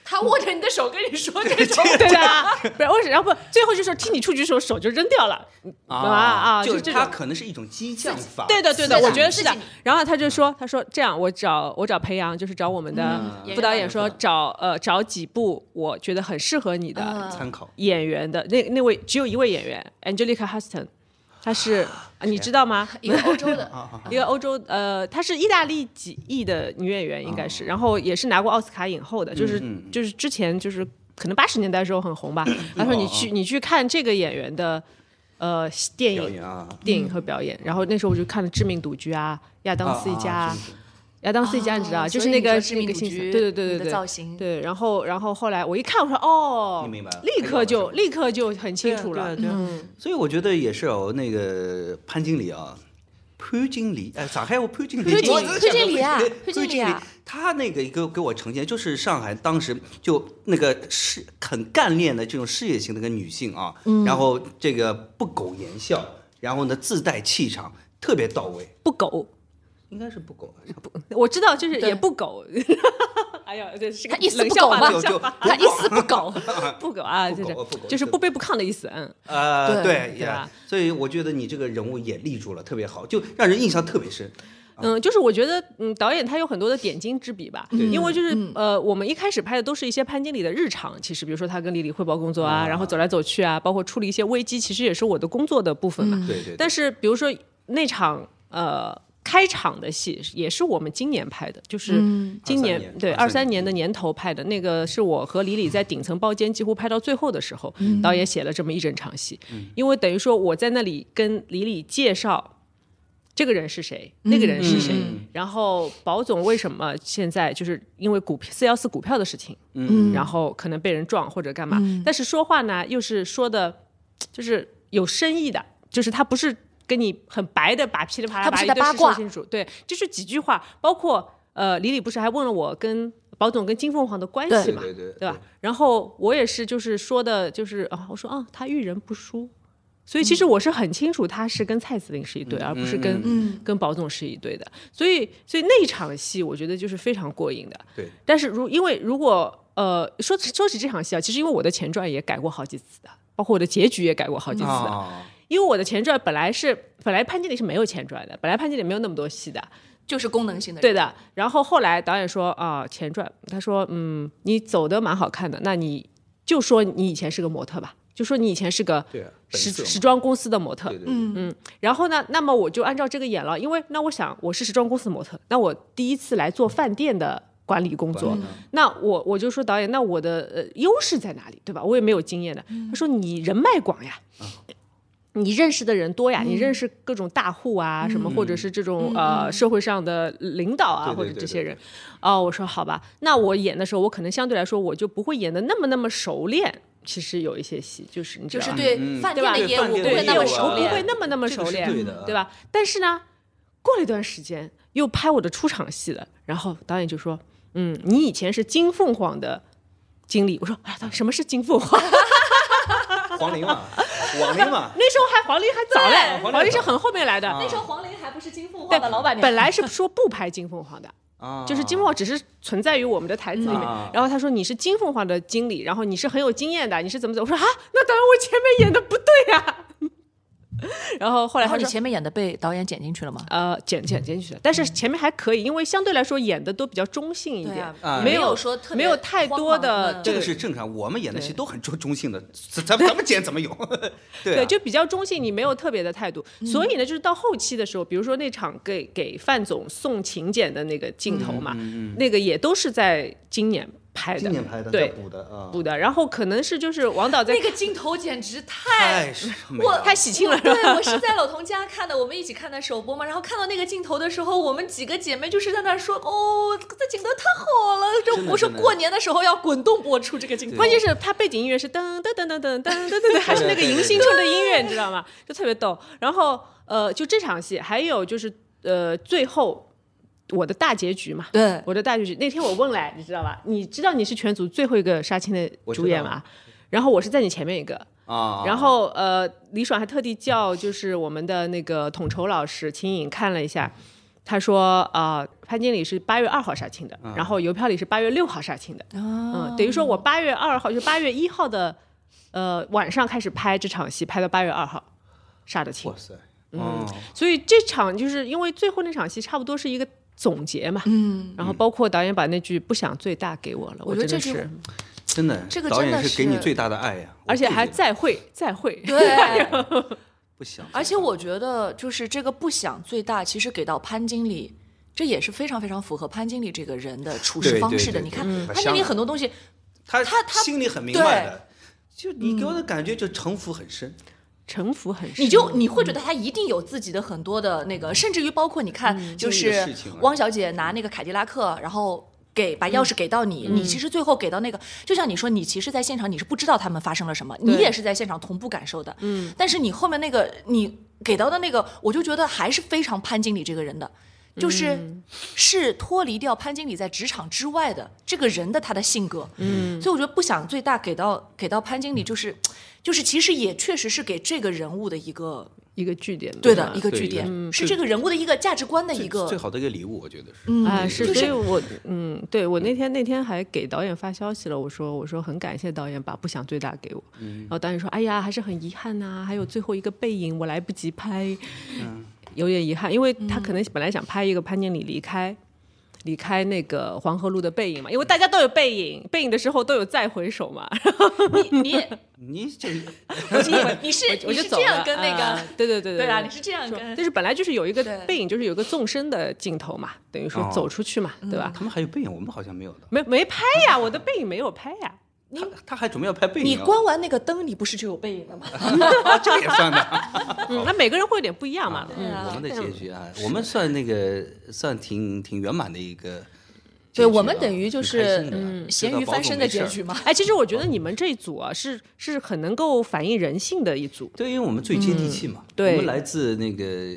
Speaker 5: 他握着你的手跟你说这种，
Speaker 3: 对吧？ 不是，为什么？然后不，最后就说踢你出局的时候手就扔掉了，啊啊，
Speaker 4: 就是
Speaker 3: 这
Speaker 4: 它
Speaker 3: 种。
Speaker 4: 可能是一种激将法，
Speaker 3: 对的，对的，
Speaker 5: 是的
Speaker 3: 我觉得是的
Speaker 5: 自己。
Speaker 3: 然后他就说，他说这样，我找我找裴阳，就是找我们的
Speaker 5: 嗯
Speaker 3: 副导
Speaker 5: 演
Speaker 3: 演
Speaker 5: 员
Speaker 3: 说，找呃找几部我觉得很适合你的
Speaker 5: 嗯
Speaker 4: 参考。
Speaker 3: 演员的那那位只有一位演员 Angelica Huston，她是啊你知 道吗？
Speaker 5: 一个欧洲的，
Speaker 4: 啊
Speaker 3: 一个欧洲呃，她是意大利籍裔的女演员，应该是，然后也是拿过奥斯卡影后的，就是
Speaker 4: 哦嗯嗯
Speaker 3: 就是之前就是可能八十年代的时候很红 吧。她说
Speaker 4: 哦
Speaker 3: 你去你去看这个演员的呃电
Speaker 4: 表
Speaker 3: 影
Speaker 4: 演啊，
Speaker 3: 电
Speaker 5: 嗯
Speaker 3: 影和表演，然后那时候我就看了《致命赌局》啊，《亚当斯一家》
Speaker 4: 啊
Speaker 3: 啊，亚当斯一家你知道，
Speaker 5: 哦
Speaker 3: 就
Speaker 5: 所
Speaker 3: 是
Speaker 5: 以
Speaker 3: 那
Speaker 5: 你说
Speaker 3: 个
Speaker 5: 致
Speaker 3: 那
Speaker 5: 命
Speaker 3: 个
Speaker 5: 赌
Speaker 3: 性色
Speaker 5: 局
Speaker 3: 对对对
Speaker 5: 你
Speaker 3: 对
Speaker 5: 的
Speaker 3: 对
Speaker 5: 造型
Speaker 3: 对，然后然后后来我一看我说哦，
Speaker 4: 你明白了
Speaker 3: 立
Speaker 4: 哎
Speaker 3: 刻
Speaker 4: 呀
Speaker 3: 就
Speaker 4: 我知道
Speaker 3: 立刻就很清楚了，嗯
Speaker 4: 对啊对啊
Speaker 5: 嗯
Speaker 4: 对啊所以我觉得也是哦，那个潘经理啊，潘经理，哎，上海我潘经理，
Speaker 5: 潘经理
Speaker 4: 我真的想不
Speaker 5: 潘经理啊
Speaker 4: 对
Speaker 5: 潘经
Speaker 4: 潘
Speaker 5: 理
Speaker 4: 经理
Speaker 5: 啊，
Speaker 4: 他那个一个给我呈现，就是上海当时就那个事很干练的这种事业型的一个女性啊，
Speaker 5: 嗯
Speaker 4: 然后这个不苟言笑，然后呢自带气场，特别到位，
Speaker 3: 不苟。
Speaker 4: 应该是不苟，不
Speaker 3: 我知道，就是
Speaker 5: 对
Speaker 3: 也不苟。 哎呀，这是个
Speaker 5: 他一丝
Speaker 3: 冷
Speaker 5: 不
Speaker 3: 笑
Speaker 5: 苟
Speaker 3: 话
Speaker 5: 吗
Speaker 3: 冷
Speaker 4: 就
Speaker 3: 笑
Speaker 4: 就
Speaker 3: 话
Speaker 5: 他一丝不苟。
Speaker 3: 不苟啊，
Speaker 4: 不
Speaker 3: 就
Speaker 4: 苟
Speaker 3: 是
Speaker 4: 不苟
Speaker 3: 就是
Speaker 4: 对
Speaker 3: 不卑不亢的意思，嗯，
Speaker 4: 呃
Speaker 5: 对
Speaker 4: 对
Speaker 3: 对
Speaker 4: 呀
Speaker 3: 吧，
Speaker 4: 所以我觉得你这个人物也立住了，特别好，就让人印象特别深。
Speaker 3: 嗯，就是我觉得，嗯，导演他有很多的点睛之笔吧，因为就是、呃，我们一开始拍的都是一些潘经理的日常，其实比如说他跟李李汇报工作啊，然后走来走去啊，包括处理一些危机，其实也是我的工作的部分嘛。
Speaker 4: 对对，
Speaker 3: 但
Speaker 4: 是
Speaker 3: 是比如说那场呃开场的戏也是我们今年拍的，就是今年、
Speaker 4: 23年
Speaker 3: 对
Speaker 4: 23
Speaker 3: 二三年的年头拍的那个是我和李李在顶层包间几乎拍到最后的时候，导演写了这么一整场戏，
Speaker 4: 嗯
Speaker 3: 因为等于说我在那里跟李李介绍。这个人是谁？那个人是谁？
Speaker 4: 嗯
Speaker 3: 然后保总为什么现在就是因为股四幺四股票的事情，嗯，然后可能被人撞或者干嘛？
Speaker 5: 嗯
Speaker 3: 但是说话呢，又是说的就是有深意的，就是他不是跟你很白的把噼里啪啦
Speaker 5: 他不
Speaker 3: 把
Speaker 5: 是
Speaker 3: 一
Speaker 5: 在
Speaker 3: 堆事
Speaker 5: 八
Speaker 3: 说
Speaker 5: 卦
Speaker 3: 清楚，对，就是几句话，包括呃，李李不是还问了我跟保总跟金凤凰的关系
Speaker 4: 对
Speaker 3: 嘛，
Speaker 4: 对对
Speaker 3: 对吧？？然后我也是就是说的，就是啊，我说啊，他遇人不淑。所以其实
Speaker 4: 嗯
Speaker 3: 我是很清楚他是跟蔡司令是一对，而不是跟、跟保总是一对的。所以所以那一场戏，我觉得就是非常过瘾的。
Speaker 4: 对，
Speaker 3: 但是如因为如果呃说说起这场戏啊，其实因为我的前传也改过好几次的，包括我的结局也改过好几次的。
Speaker 4: 啊，
Speaker 3: 因为我的前传本来是本来潘经理是没有前传的，本来潘经理没有那么多戏的，
Speaker 5: 就是功能性的人，
Speaker 3: 对的。然后后来导演说啊、前传，他说嗯，你走的蛮好看的，那你就说你以前是个模特吧，就说你以前是个
Speaker 4: 对啊本
Speaker 3: 时
Speaker 4: 色嘛
Speaker 3: 时装公司的模特
Speaker 4: 对，对对，
Speaker 3: 然后呢，那么我就按照这个演了，因为那我想我是时装公司模特，那我第一次来做饭店的管理工作
Speaker 4: 管理呢，
Speaker 3: 那我我就说导演，那我的呃优势在哪里，对吧？我也没有经验的。
Speaker 5: 嗯
Speaker 3: 他说你人脉广呀。
Speaker 4: 嗯
Speaker 3: 你认识的人多呀，你
Speaker 5: 嗯
Speaker 3: 认识各种大户啊，什么或者是这种、呃社会上的领导啊，
Speaker 4: 对对
Speaker 3: 或者
Speaker 4: 对
Speaker 3: 这
Speaker 4: 对
Speaker 3: 些人。哦，我说好吧，那我演的时候，我可能相对来说我就不会演的那么那么熟练。其实有一些戏，就是你知
Speaker 5: 就
Speaker 3: 道
Speaker 5: 是
Speaker 3: 吗
Speaker 5: 对饭
Speaker 3: 对
Speaker 5: 店
Speaker 3: 吧
Speaker 5: 的业务
Speaker 4: 嗯
Speaker 5: 不会
Speaker 4: 对饭店
Speaker 5: 那
Speaker 4: 的
Speaker 5: 么
Speaker 4: 业务
Speaker 5: 熟
Speaker 4: 啊
Speaker 3: 不
Speaker 5: 练
Speaker 3: 会。那么那么
Speaker 4: 这个
Speaker 3: 熟
Speaker 4: 是
Speaker 3: 练，
Speaker 4: 对的
Speaker 3: 吧？但是呢，过了一段时间又拍我的出场戏了，然后导演就说：“嗯，你以前是金凤凰的经理。”我说：“哎呀，导演什么是金凤凰？，
Speaker 4: 黄龄嘛，王龄嘛
Speaker 3: 那时候还黄龄还早嘞，
Speaker 4: 对
Speaker 3: 黄龄是很后面来
Speaker 4: 啊
Speaker 3: 的。
Speaker 5: 时候黄龄还不是金凤
Speaker 3: 对
Speaker 5: 凰的老板娘，
Speaker 3: 本来是说不拍金凤凰的，
Speaker 4: 啊，
Speaker 3: 就是金凤凰只是存在于我们的台词里面。
Speaker 4: 啊
Speaker 3: 然后他说你是金凤凰的经理，然后你是很有经验的，你是怎么怎么？我说啊，那当然我前面演的不对呀、 然后后来
Speaker 5: 然后
Speaker 3: 他
Speaker 5: 你
Speaker 3: 说。
Speaker 5: 前面演的被导演剪进去了吗？
Speaker 3: 呃，剪剪剪进去的，但是前面还可以，因为相对来说演的都比较中性一点，
Speaker 4: 啊
Speaker 3: 没
Speaker 5: 没
Speaker 3: 有
Speaker 5: 说特别
Speaker 3: 没有太多
Speaker 5: 荒
Speaker 3: 的
Speaker 5: 唐
Speaker 4: 这个
Speaker 3: 对
Speaker 4: 是正常，我们演的戏都很中中性的，咱咱咱们剪怎么有？ 对啊
Speaker 3: 对，就比较中性，你没有特别的态度。所以呢，就是到后期的时候，比如说那场给给范总送请柬的那个镜头嘛，那个也都是在今年拍的，
Speaker 4: 今年拍的，
Speaker 3: 对
Speaker 4: 再补的啊，
Speaker 3: 补的。然后可能是就是王导在
Speaker 5: 那个镜头简直太
Speaker 4: 太是
Speaker 5: 我
Speaker 3: 太喜庆了，
Speaker 5: 对，我是在老童家看的，我们一起看的首播嘛。然后看到那个镜头的时候，我们几个姐妹就是在那儿说：“哦，这镜头太好了！”这
Speaker 4: 真的
Speaker 5: 我说
Speaker 4: 真的
Speaker 5: 过年的时候要滚动播出这个镜头。
Speaker 3: 关键是它背景音乐是噔噔噔噔噔噔噔噔，还是那个迎新春的音乐，你知道吗？就特别逗。然后呃，就这场戏，还有就是呃，最后我的大结局嘛，
Speaker 5: 对
Speaker 3: 我的大结局那天我问来，你知道吧？你知道你是全组最后一个杀青的主演
Speaker 4: 我知
Speaker 3: 吗？然后我是在你前面一个，
Speaker 4: 啊，
Speaker 3: 然后呃，李爽还特地叫就是我们的那个统筹老师秦颖看了一下，他说啊、呃潘经理是八月二号杀青的，然后邮票里是八月六号杀青的，
Speaker 5: 哦
Speaker 3: 嗯，等于说我八月二号就八月一号的呃晚上开始拍这场戏，拍到八月二号杀的青
Speaker 4: 哇，塞，嗯，
Speaker 3: 所以这场就是因为最后那场戏差不多是一个总结嘛，嗯，然后包括导演把那句“不想最大给我了”，我
Speaker 5: 觉得
Speaker 3: 真的
Speaker 5: 这句
Speaker 3: 是，
Speaker 4: 真的，
Speaker 5: 这个
Speaker 4: 导
Speaker 5: 真
Speaker 4: 演
Speaker 5: 的
Speaker 4: 给你
Speaker 5: 是
Speaker 4: 最大的爱呀、我
Speaker 3: 而且
Speaker 4: 不
Speaker 3: 还
Speaker 4: 理
Speaker 3: 再会再会，
Speaker 5: 对，
Speaker 4: 不想，
Speaker 5: 而且我觉得，就是这个不想最大，其实给到潘经理，这也是非常非常符合潘经理这个人的处事
Speaker 4: 对
Speaker 5: 方
Speaker 4: 对
Speaker 5: 式的。
Speaker 4: 对
Speaker 5: 你
Speaker 4: 对
Speaker 5: 看
Speaker 4: 嗯，
Speaker 5: 潘经理很多东西，
Speaker 4: 他
Speaker 5: 他他
Speaker 4: 心里很明白的，就你给我的感觉就城府很深，
Speaker 3: 城府很深，
Speaker 5: 你就你
Speaker 4: 嗯
Speaker 5: 会觉得他一定有自己的很多的那个，甚至于包括你看，就
Speaker 4: 经历的
Speaker 5: 是
Speaker 4: 事情啊
Speaker 5: 汪小姐拿那个凯迪拉克，然后。给把钥匙给到你，你其实最后给到那个，就像你说，你其实，在现场你是不知道他们发生了什么，你也是在现场同步感受的。嗯，但是你后面那个你给到的那个，我就觉得还是非常潘经理这个人的，就是、是脱离掉潘经理在职场之外的这个人的他的性格。嗯，所以我觉得不想最大给到给到潘经理，就是就是其实也确实是给这个人物的一个
Speaker 3: 一个据点，
Speaker 5: 对
Speaker 3: 吧
Speaker 5: 的一个
Speaker 4: 对
Speaker 5: 据
Speaker 4: 一个
Speaker 5: 点，是
Speaker 4: 就
Speaker 5: 这个人物的一个价值观的一
Speaker 4: 最最
Speaker 5: 个。
Speaker 4: 好的一个礼物，我觉得是。
Speaker 3: 啊，是，
Speaker 5: 就
Speaker 3: 所以
Speaker 5: 是
Speaker 3: 我嗯，对我那天那天还给导演发消息了，我说我说很感谢导演把《不想最大》给我，
Speaker 5: 嗯
Speaker 3: 然后导演说哎呀还是很遗憾呐、还有最后一个背影我来不及拍，
Speaker 5: 嗯
Speaker 3: 有点遗憾，因为他可能本来想拍一个潘经理离开。离开那个黄河路的背影嘛，因为大家都有背影，背影的时候都有再回首 嘛。
Speaker 5: 你你
Speaker 4: 你这
Speaker 5: 你你是
Speaker 3: 我
Speaker 5: 你
Speaker 3: 就是走
Speaker 5: 这
Speaker 3: 了。
Speaker 5: 样跟那
Speaker 3: 啊
Speaker 5: 个
Speaker 3: 对对 对
Speaker 5: 对
Speaker 3: 对
Speaker 5: 啊，你是这样
Speaker 3: 说
Speaker 5: 跟
Speaker 3: 就。是本来就是有一个
Speaker 5: 对
Speaker 3: 背影，就是有一个纵深的镜头嘛，等于说
Speaker 4: 哦
Speaker 3: 走出去嘛，对吧？
Speaker 5: 嗯
Speaker 4: 他们还有背影，我们好像没有的。
Speaker 3: 没没拍呀，我的背影没有拍呀。
Speaker 4: 他他还准备要拍背影
Speaker 5: 你
Speaker 4: 啊，
Speaker 5: 关完那个灯，你不是就有背影了吗？
Speaker 4: 啊这个也算的。
Speaker 3: 嗯，那每个人会有点不一样嘛。嗯，
Speaker 5: 啊
Speaker 4: 我们的结局啊，我们算那个算挺挺圆满的一个结局
Speaker 5: 对啊
Speaker 4: 了。
Speaker 5: 我们等于就
Speaker 4: 挺开
Speaker 5: 是
Speaker 4: 心的啊
Speaker 5: 嗯，
Speaker 4: 知道
Speaker 5: 咸鱼
Speaker 4: 保
Speaker 5: 翻
Speaker 4: 总
Speaker 5: 身
Speaker 4: 没
Speaker 5: 的
Speaker 4: 事
Speaker 5: 结
Speaker 4: 儿
Speaker 5: 局 嘛。
Speaker 3: 哎，其实我觉得你们这一组啊，是是很能够反映人性的一组。
Speaker 4: 对，因为我们最接地
Speaker 5: 嗯
Speaker 4: 气嘛，
Speaker 3: 对
Speaker 4: 我们来自那个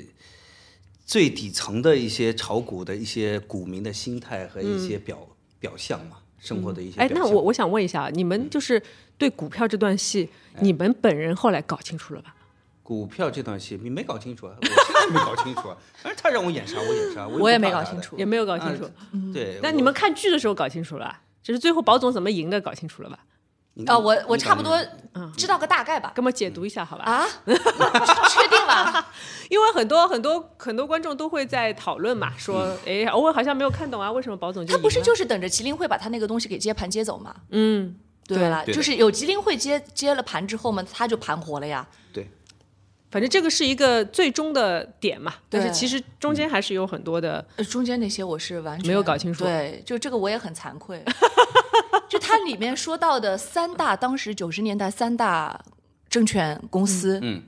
Speaker 4: 最底层的一些炒股的一些股民的心态和一
Speaker 5: 嗯
Speaker 4: 些表、表象嘛，生活的一些表
Speaker 3: 哎，
Speaker 4: 象。
Speaker 3: 那我我想问一下，你们就是对股票这段戏，你们本人后来搞清楚了吧？
Speaker 4: 股票这段戏你没搞清楚啊，我现在没搞清楚啊，反正他让我演啥我演啥，我
Speaker 5: 我也
Speaker 4: 不
Speaker 5: 没
Speaker 4: 怕
Speaker 5: 搞
Speaker 4: 他
Speaker 5: 清嗯
Speaker 4: 的
Speaker 5: 楚
Speaker 3: 也没有搞清楚。
Speaker 4: 啊对，
Speaker 3: 但
Speaker 4: 我
Speaker 3: 你们看剧的时候搞清楚了啊，就是最后保总怎么赢的搞清楚了吧？
Speaker 4: 你
Speaker 5: 啊，我
Speaker 4: 你
Speaker 5: 我
Speaker 4: 搞
Speaker 5: 差不多
Speaker 4: 清楚
Speaker 5: 知道个大概 吧。
Speaker 3: 给我们解读一下好吧？
Speaker 5: 啊，确定了？
Speaker 3: 因为很多很多很多观众都会在讨论嘛，说，哎、我好像没有看懂啊，为什么保总就
Speaker 5: 他不是
Speaker 3: 赢了
Speaker 5: 就是等着麒麟会把他那个东西给接盘接走吗？
Speaker 3: 嗯，
Speaker 5: 对啦，
Speaker 4: 对的
Speaker 5: 就是有麒麟会接接了盘之后嘛，他就盘活了呀。
Speaker 4: 对，
Speaker 3: 反正这个是一个最终的点嘛，但是
Speaker 5: 对
Speaker 3: 其实中间还是有很多的，
Speaker 5: 呃中间那些我是完全
Speaker 3: 没有搞清楚
Speaker 5: 对，就这个我也很惭愧。 就它里面说到的三大，当时九十年代三大证券公司，
Speaker 4: 嗯，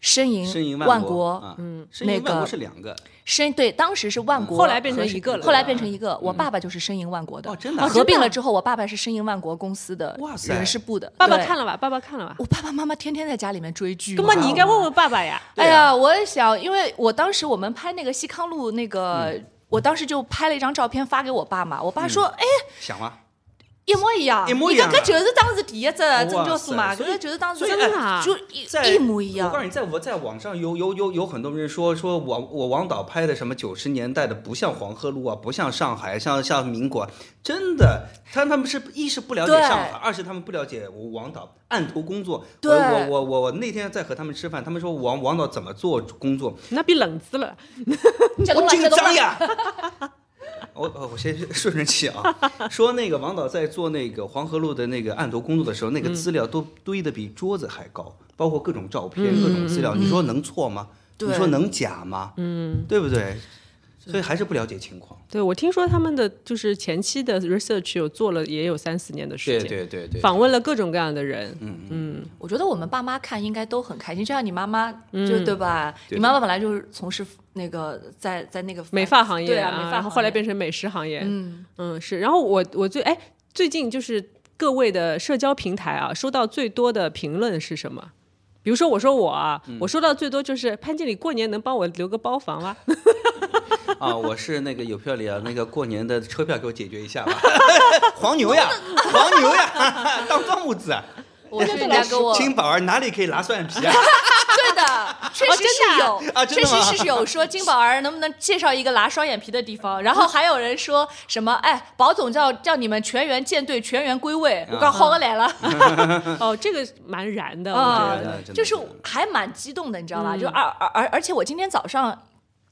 Speaker 5: 申银、
Speaker 4: 申银
Speaker 5: 万
Speaker 3: 啊
Speaker 4: 国，嗯，申银
Speaker 5: 那
Speaker 4: 万国
Speaker 5: 个
Speaker 4: 是两个，
Speaker 5: 申对，当时是万国，
Speaker 3: 嗯后来变成一个了嗯
Speaker 5: 后来变成一个。我爸爸就是申银万国的，
Speaker 4: 哦真的啊
Speaker 5: 合并
Speaker 3: 真的
Speaker 5: 了
Speaker 3: 啊
Speaker 5: 之后，我爸爸是申银万国公司的
Speaker 4: 哇塞
Speaker 5: 人事部的。
Speaker 3: 爸爸
Speaker 5: 对
Speaker 3: 看了吧，爸爸看了吧，
Speaker 5: 我爸爸妈妈天天在家里面追剧，
Speaker 3: 那么你应该问啊问爸爸呀。
Speaker 5: 哎呀，我也想，因为我当时我们拍那个西康路那个，
Speaker 3: 嗯
Speaker 5: 我当时就拍了一张照片发给我爸嘛，我爸说，哎、
Speaker 4: 想吗？
Speaker 5: 一模一样，
Speaker 4: 一模一样啊
Speaker 5: 伊搿就是当时第一只证交所嘛，
Speaker 4: 哇
Speaker 5: 搿
Speaker 4: 塞所以
Speaker 5: 个就是当时
Speaker 4: 所以
Speaker 5: 真的
Speaker 3: 哎
Speaker 5: 就
Speaker 4: 在
Speaker 5: 一一模一
Speaker 4: 我告诉
Speaker 5: 样。
Speaker 4: 你，在我在网上有有有有很多人说说王我王导拍的什么九十年代的不像黄河路啊，不像上海，像像民国，真的，他他们是一是不了解
Speaker 5: 对
Speaker 4: 上海，二是他们不了解我王导案头工作。
Speaker 5: 对
Speaker 4: 我我我我我那天在和他们吃饭，他们说王王导怎么做工作，
Speaker 3: 那比冷子了，
Speaker 5: 这
Speaker 4: 我
Speaker 5: 东西
Speaker 4: 紧
Speaker 5: 这东
Speaker 4: 张
Speaker 5: 西
Speaker 4: 呀。 我呃我先顺顺气啊，说那个王导在做那个黄河路的那个案头工作的时候，那个
Speaker 5: 嗯
Speaker 4: 资料都堆得比桌子还高，包括各种照片、各种资料，你说能错吗？
Speaker 5: 嗯对
Speaker 4: 你说能假吗？嗯，对不对？所以还是不了解情况。
Speaker 3: 对我听说他们的就是前期的 research 有做了也有三四年的时间，
Speaker 4: 对嗯对
Speaker 3: 访问了各种各样的人，
Speaker 5: 我觉得我们爸妈看应该都很开心，就像你妈妈，就对吧？你妈妈本来就是从事那个在在那个
Speaker 3: 美发行业
Speaker 5: 对啊，美发
Speaker 3: 然
Speaker 5: 行
Speaker 3: 后后来
Speaker 5: 业
Speaker 3: 变成美食行业，嗯是。然后我我最哎最近就是各位的社交平台啊，收到最多的评论是什么？比如说我说我啊，
Speaker 4: 嗯
Speaker 3: 我收到最多就是潘经理过年能帮我留个包房 吗？
Speaker 4: 啊，我是那个有票里啊，那个过年的车票给我解决一下吧。 黄牛呀，黄牛呀，当庄木子啊，
Speaker 5: 我是人家给我
Speaker 4: 亲宝儿哪里可以拿蒜皮啊？
Speaker 5: 对的，的，确实是有，
Speaker 4: 啊真
Speaker 5: 确
Speaker 4: 的吗
Speaker 5: 实是有说金宝儿能不能介绍一个拉双眼皮的地方，然后还有人说什么，哎，保总叫叫你们全员舰队，全员归位，我刚好个来了，
Speaker 3: 哦，嗯这个蛮燃的，
Speaker 5: 啊
Speaker 3: 我
Speaker 4: 觉得真的
Speaker 5: 就是
Speaker 4: 是
Speaker 5: 还蛮激动的，你知道吧？就而而而而且我今天早上。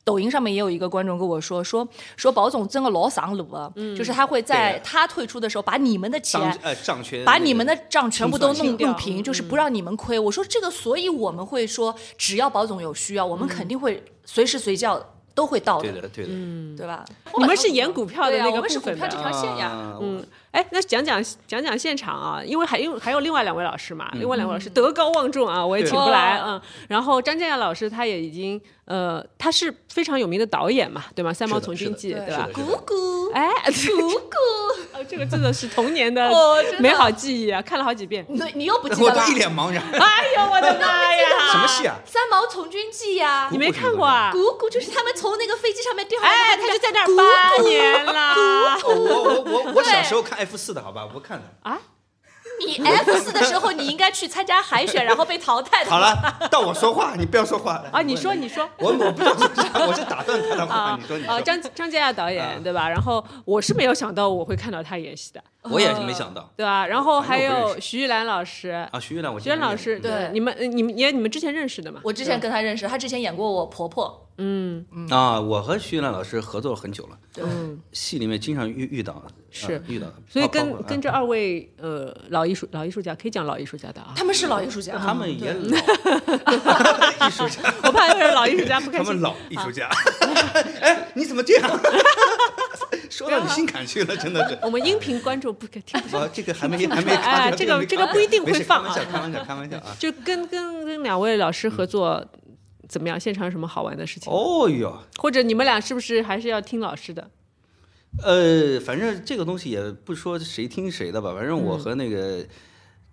Speaker 5: 抖音上面也有一个观众跟我说，说说保总真的老上路啊，就是他会在
Speaker 4: 对
Speaker 5: 他退出的时候把你们的钱
Speaker 4: 账呃账圈
Speaker 5: 把
Speaker 4: 那
Speaker 5: 你
Speaker 4: 个
Speaker 5: 们的账全部都
Speaker 4: 清算
Speaker 5: 弄
Speaker 4: 掉
Speaker 5: 弄平，就是不让你们亏。我说这个，所以我们会说，只要保总有需要，我们肯定会随时随叫都会到
Speaker 4: 对
Speaker 5: 的，
Speaker 4: 的对的，
Speaker 3: 嗯
Speaker 5: 对吧？
Speaker 3: 你们是演股票的
Speaker 5: 对啊
Speaker 3: 那个
Speaker 5: 我们是
Speaker 3: 部
Speaker 5: 股
Speaker 3: 分
Speaker 5: 票这
Speaker 3: 的
Speaker 5: 条线呀。
Speaker 4: 啊
Speaker 3: 嗯，哎，那讲讲讲讲现场啊，因为还有还有另外两位老师嘛，
Speaker 4: 嗯
Speaker 3: 另外两位老师德高望重啊，我也请不来
Speaker 5: 哦
Speaker 3: 嗯。然后张建亚老师他也已经呃，他是非常有名的导演嘛，对吗？三毛
Speaker 4: 是的
Speaker 3: 从
Speaker 4: 是
Speaker 3: 军
Speaker 4: 的
Speaker 3: 记，
Speaker 4: 是的
Speaker 3: 对
Speaker 4: 是
Speaker 3: 吧
Speaker 4: 的？
Speaker 5: 啊姑姑，
Speaker 3: 哎，姑姑，哦，这个真的是童年 的
Speaker 5: 哦真的
Speaker 3: 美好记忆啊，看了好几遍。
Speaker 5: 你你又不记
Speaker 4: 我
Speaker 5: 得了
Speaker 4: 都？一脸茫然，
Speaker 3: 哎呦，我的妈 呀！
Speaker 4: 什么戏啊？
Speaker 5: 三毛从军记呀
Speaker 3: 你，没看过啊？
Speaker 5: 姑姑就是他们从那个飞机上面掉下来，
Speaker 3: 哎，
Speaker 5: 然后
Speaker 3: 他
Speaker 5: 那个
Speaker 3: 就在那儿八年了。
Speaker 4: 哦我我我我小时候看 F 四的好吧，我不看的。
Speaker 5: 你 F 四的时候，你应该去参加海选，然后被淘汰的。
Speaker 4: 好，了，到我说话，你不要说话了
Speaker 3: 啊，你说，你说。
Speaker 4: 我我不想说啥，我是打断他的话，
Speaker 3: 啊
Speaker 4: 你说你
Speaker 3: 啊，
Speaker 4: 说，
Speaker 3: 张张嘉亚导
Speaker 4: 啊
Speaker 3: 演对吧？然后我是没有想到我会看到他演戏的，
Speaker 4: 我也是没想到
Speaker 3: 对吧？然后还
Speaker 4: 反正我不
Speaker 3: 有
Speaker 4: 认
Speaker 3: 徐玉兰老师，
Speaker 4: 啊，徐玉兰，我
Speaker 3: 徐玉兰老师，
Speaker 4: 对
Speaker 5: 对
Speaker 3: 你们呃你们也你们之前认识的嘛？
Speaker 5: 我之前跟他认识，他之前演过我婆婆。
Speaker 3: 嗯
Speaker 4: 啊，我和徐玉兰老师合作很久了，嗯
Speaker 5: 对，
Speaker 4: 戏里面经常遇遇到，啊
Speaker 3: 是
Speaker 4: 遇到，
Speaker 3: 所以
Speaker 4: 包包
Speaker 3: 跟
Speaker 4: 括啊
Speaker 3: 跟这二位呃老艺术老艺术家可以讲老艺术家的啊，
Speaker 5: 他们是老艺术家，
Speaker 4: 他们
Speaker 3: 嗯
Speaker 4: 也
Speaker 5: 对
Speaker 4: 老艺术家，
Speaker 3: 我怕有人老艺术家不开
Speaker 4: 他
Speaker 3: 心啊
Speaker 4: 们。老艺术家，哎，你怎么这样？ 说到你心坎去了，真的是。
Speaker 3: 我们音频观众不可听不
Speaker 4: 啊，这个 还没还没
Speaker 3: 来哎
Speaker 4: 看，
Speaker 3: 这个这个不一定
Speaker 4: 没事
Speaker 3: 会放啊
Speaker 4: 开玩笑，开玩笑，开玩笑啊！
Speaker 3: 就跟跟跟两位老师合作怎么样？现场有什么好玩的事情？
Speaker 4: 嗯哦哟，
Speaker 3: 或者你们俩是不是还是要听老 师的？
Speaker 4: 呃，反正这个东西也不说谁听谁的吧，反正
Speaker 3: 嗯
Speaker 4: 我和那个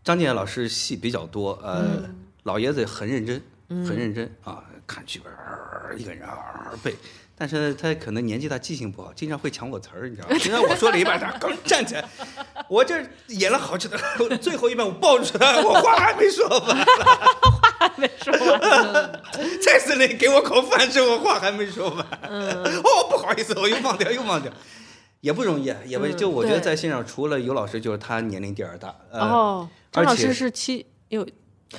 Speaker 4: 张建老师戏比较多，呃，
Speaker 3: 嗯
Speaker 4: 老爷子很认真，很认真啊，看剧本儿一个人儿背。但是他可能年纪大，记性不好，经常会抢我词儿，你 知道吗？经常我说了一半，他刚站起来，我这演了好久的， 最后一半我抱住他，我话还没说完，
Speaker 3: 没说完，
Speaker 4: 再次那给我口饭吃，我话还没说完，
Speaker 3: 嗯
Speaker 4: 哦，不好意思，我又忘掉，又忘掉，也不容易，啊也
Speaker 3: 嗯
Speaker 4: 不、就我觉得
Speaker 5: 对
Speaker 4: 在现场，除了尤老师，就是他年龄第二大，呃，
Speaker 3: 哦，张老
Speaker 4: 而
Speaker 3: 师
Speaker 4: 且
Speaker 3: 是七有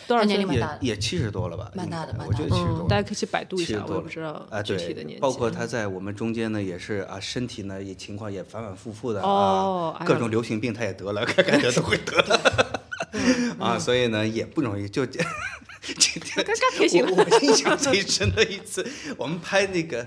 Speaker 3: 多少
Speaker 5: 他年
Speaker 3: 岁
Speaker 5: 龄？蛮大的
Speaker 4: 也也七十多了吧，
Speaker 5: 蛮大的
Speaker 4: 应该
Speaker 5: 蛮
Speaker 4: 我
Speaker 5: 大
Speaker 4: 觉
Speaker 5: 的
Speaker 4: 得七十多
Speaker 3: 嗯，大家可以去百度一
Speaker 4: 七十
Speaker 3: 下，我
Speaker 4: 多
Speaker 3: 也
Speaker 4: 了
Speaker 3: 不知道
Speaker 4: 啊，
Speaker 3: 具
Speaker 4: 对，
Speaker 3: 体的年纪。
Speaker 4: 包 括他在我们中间呢，也是啊，身体呢也情况也反反复复的、
Speaker 3: 哦
Speaker 4: 啊
Speaker 3: 哎，呀
Speaker 4: 各种流行病他也得了，感觉都会得了
Speaker 3: 嗯
Speaker 4: 啊，所以呢也不容易，就 今天
Speaker 3: 刚刚开心了
Speaker 4: 我我印象最深的一次，我们拍那个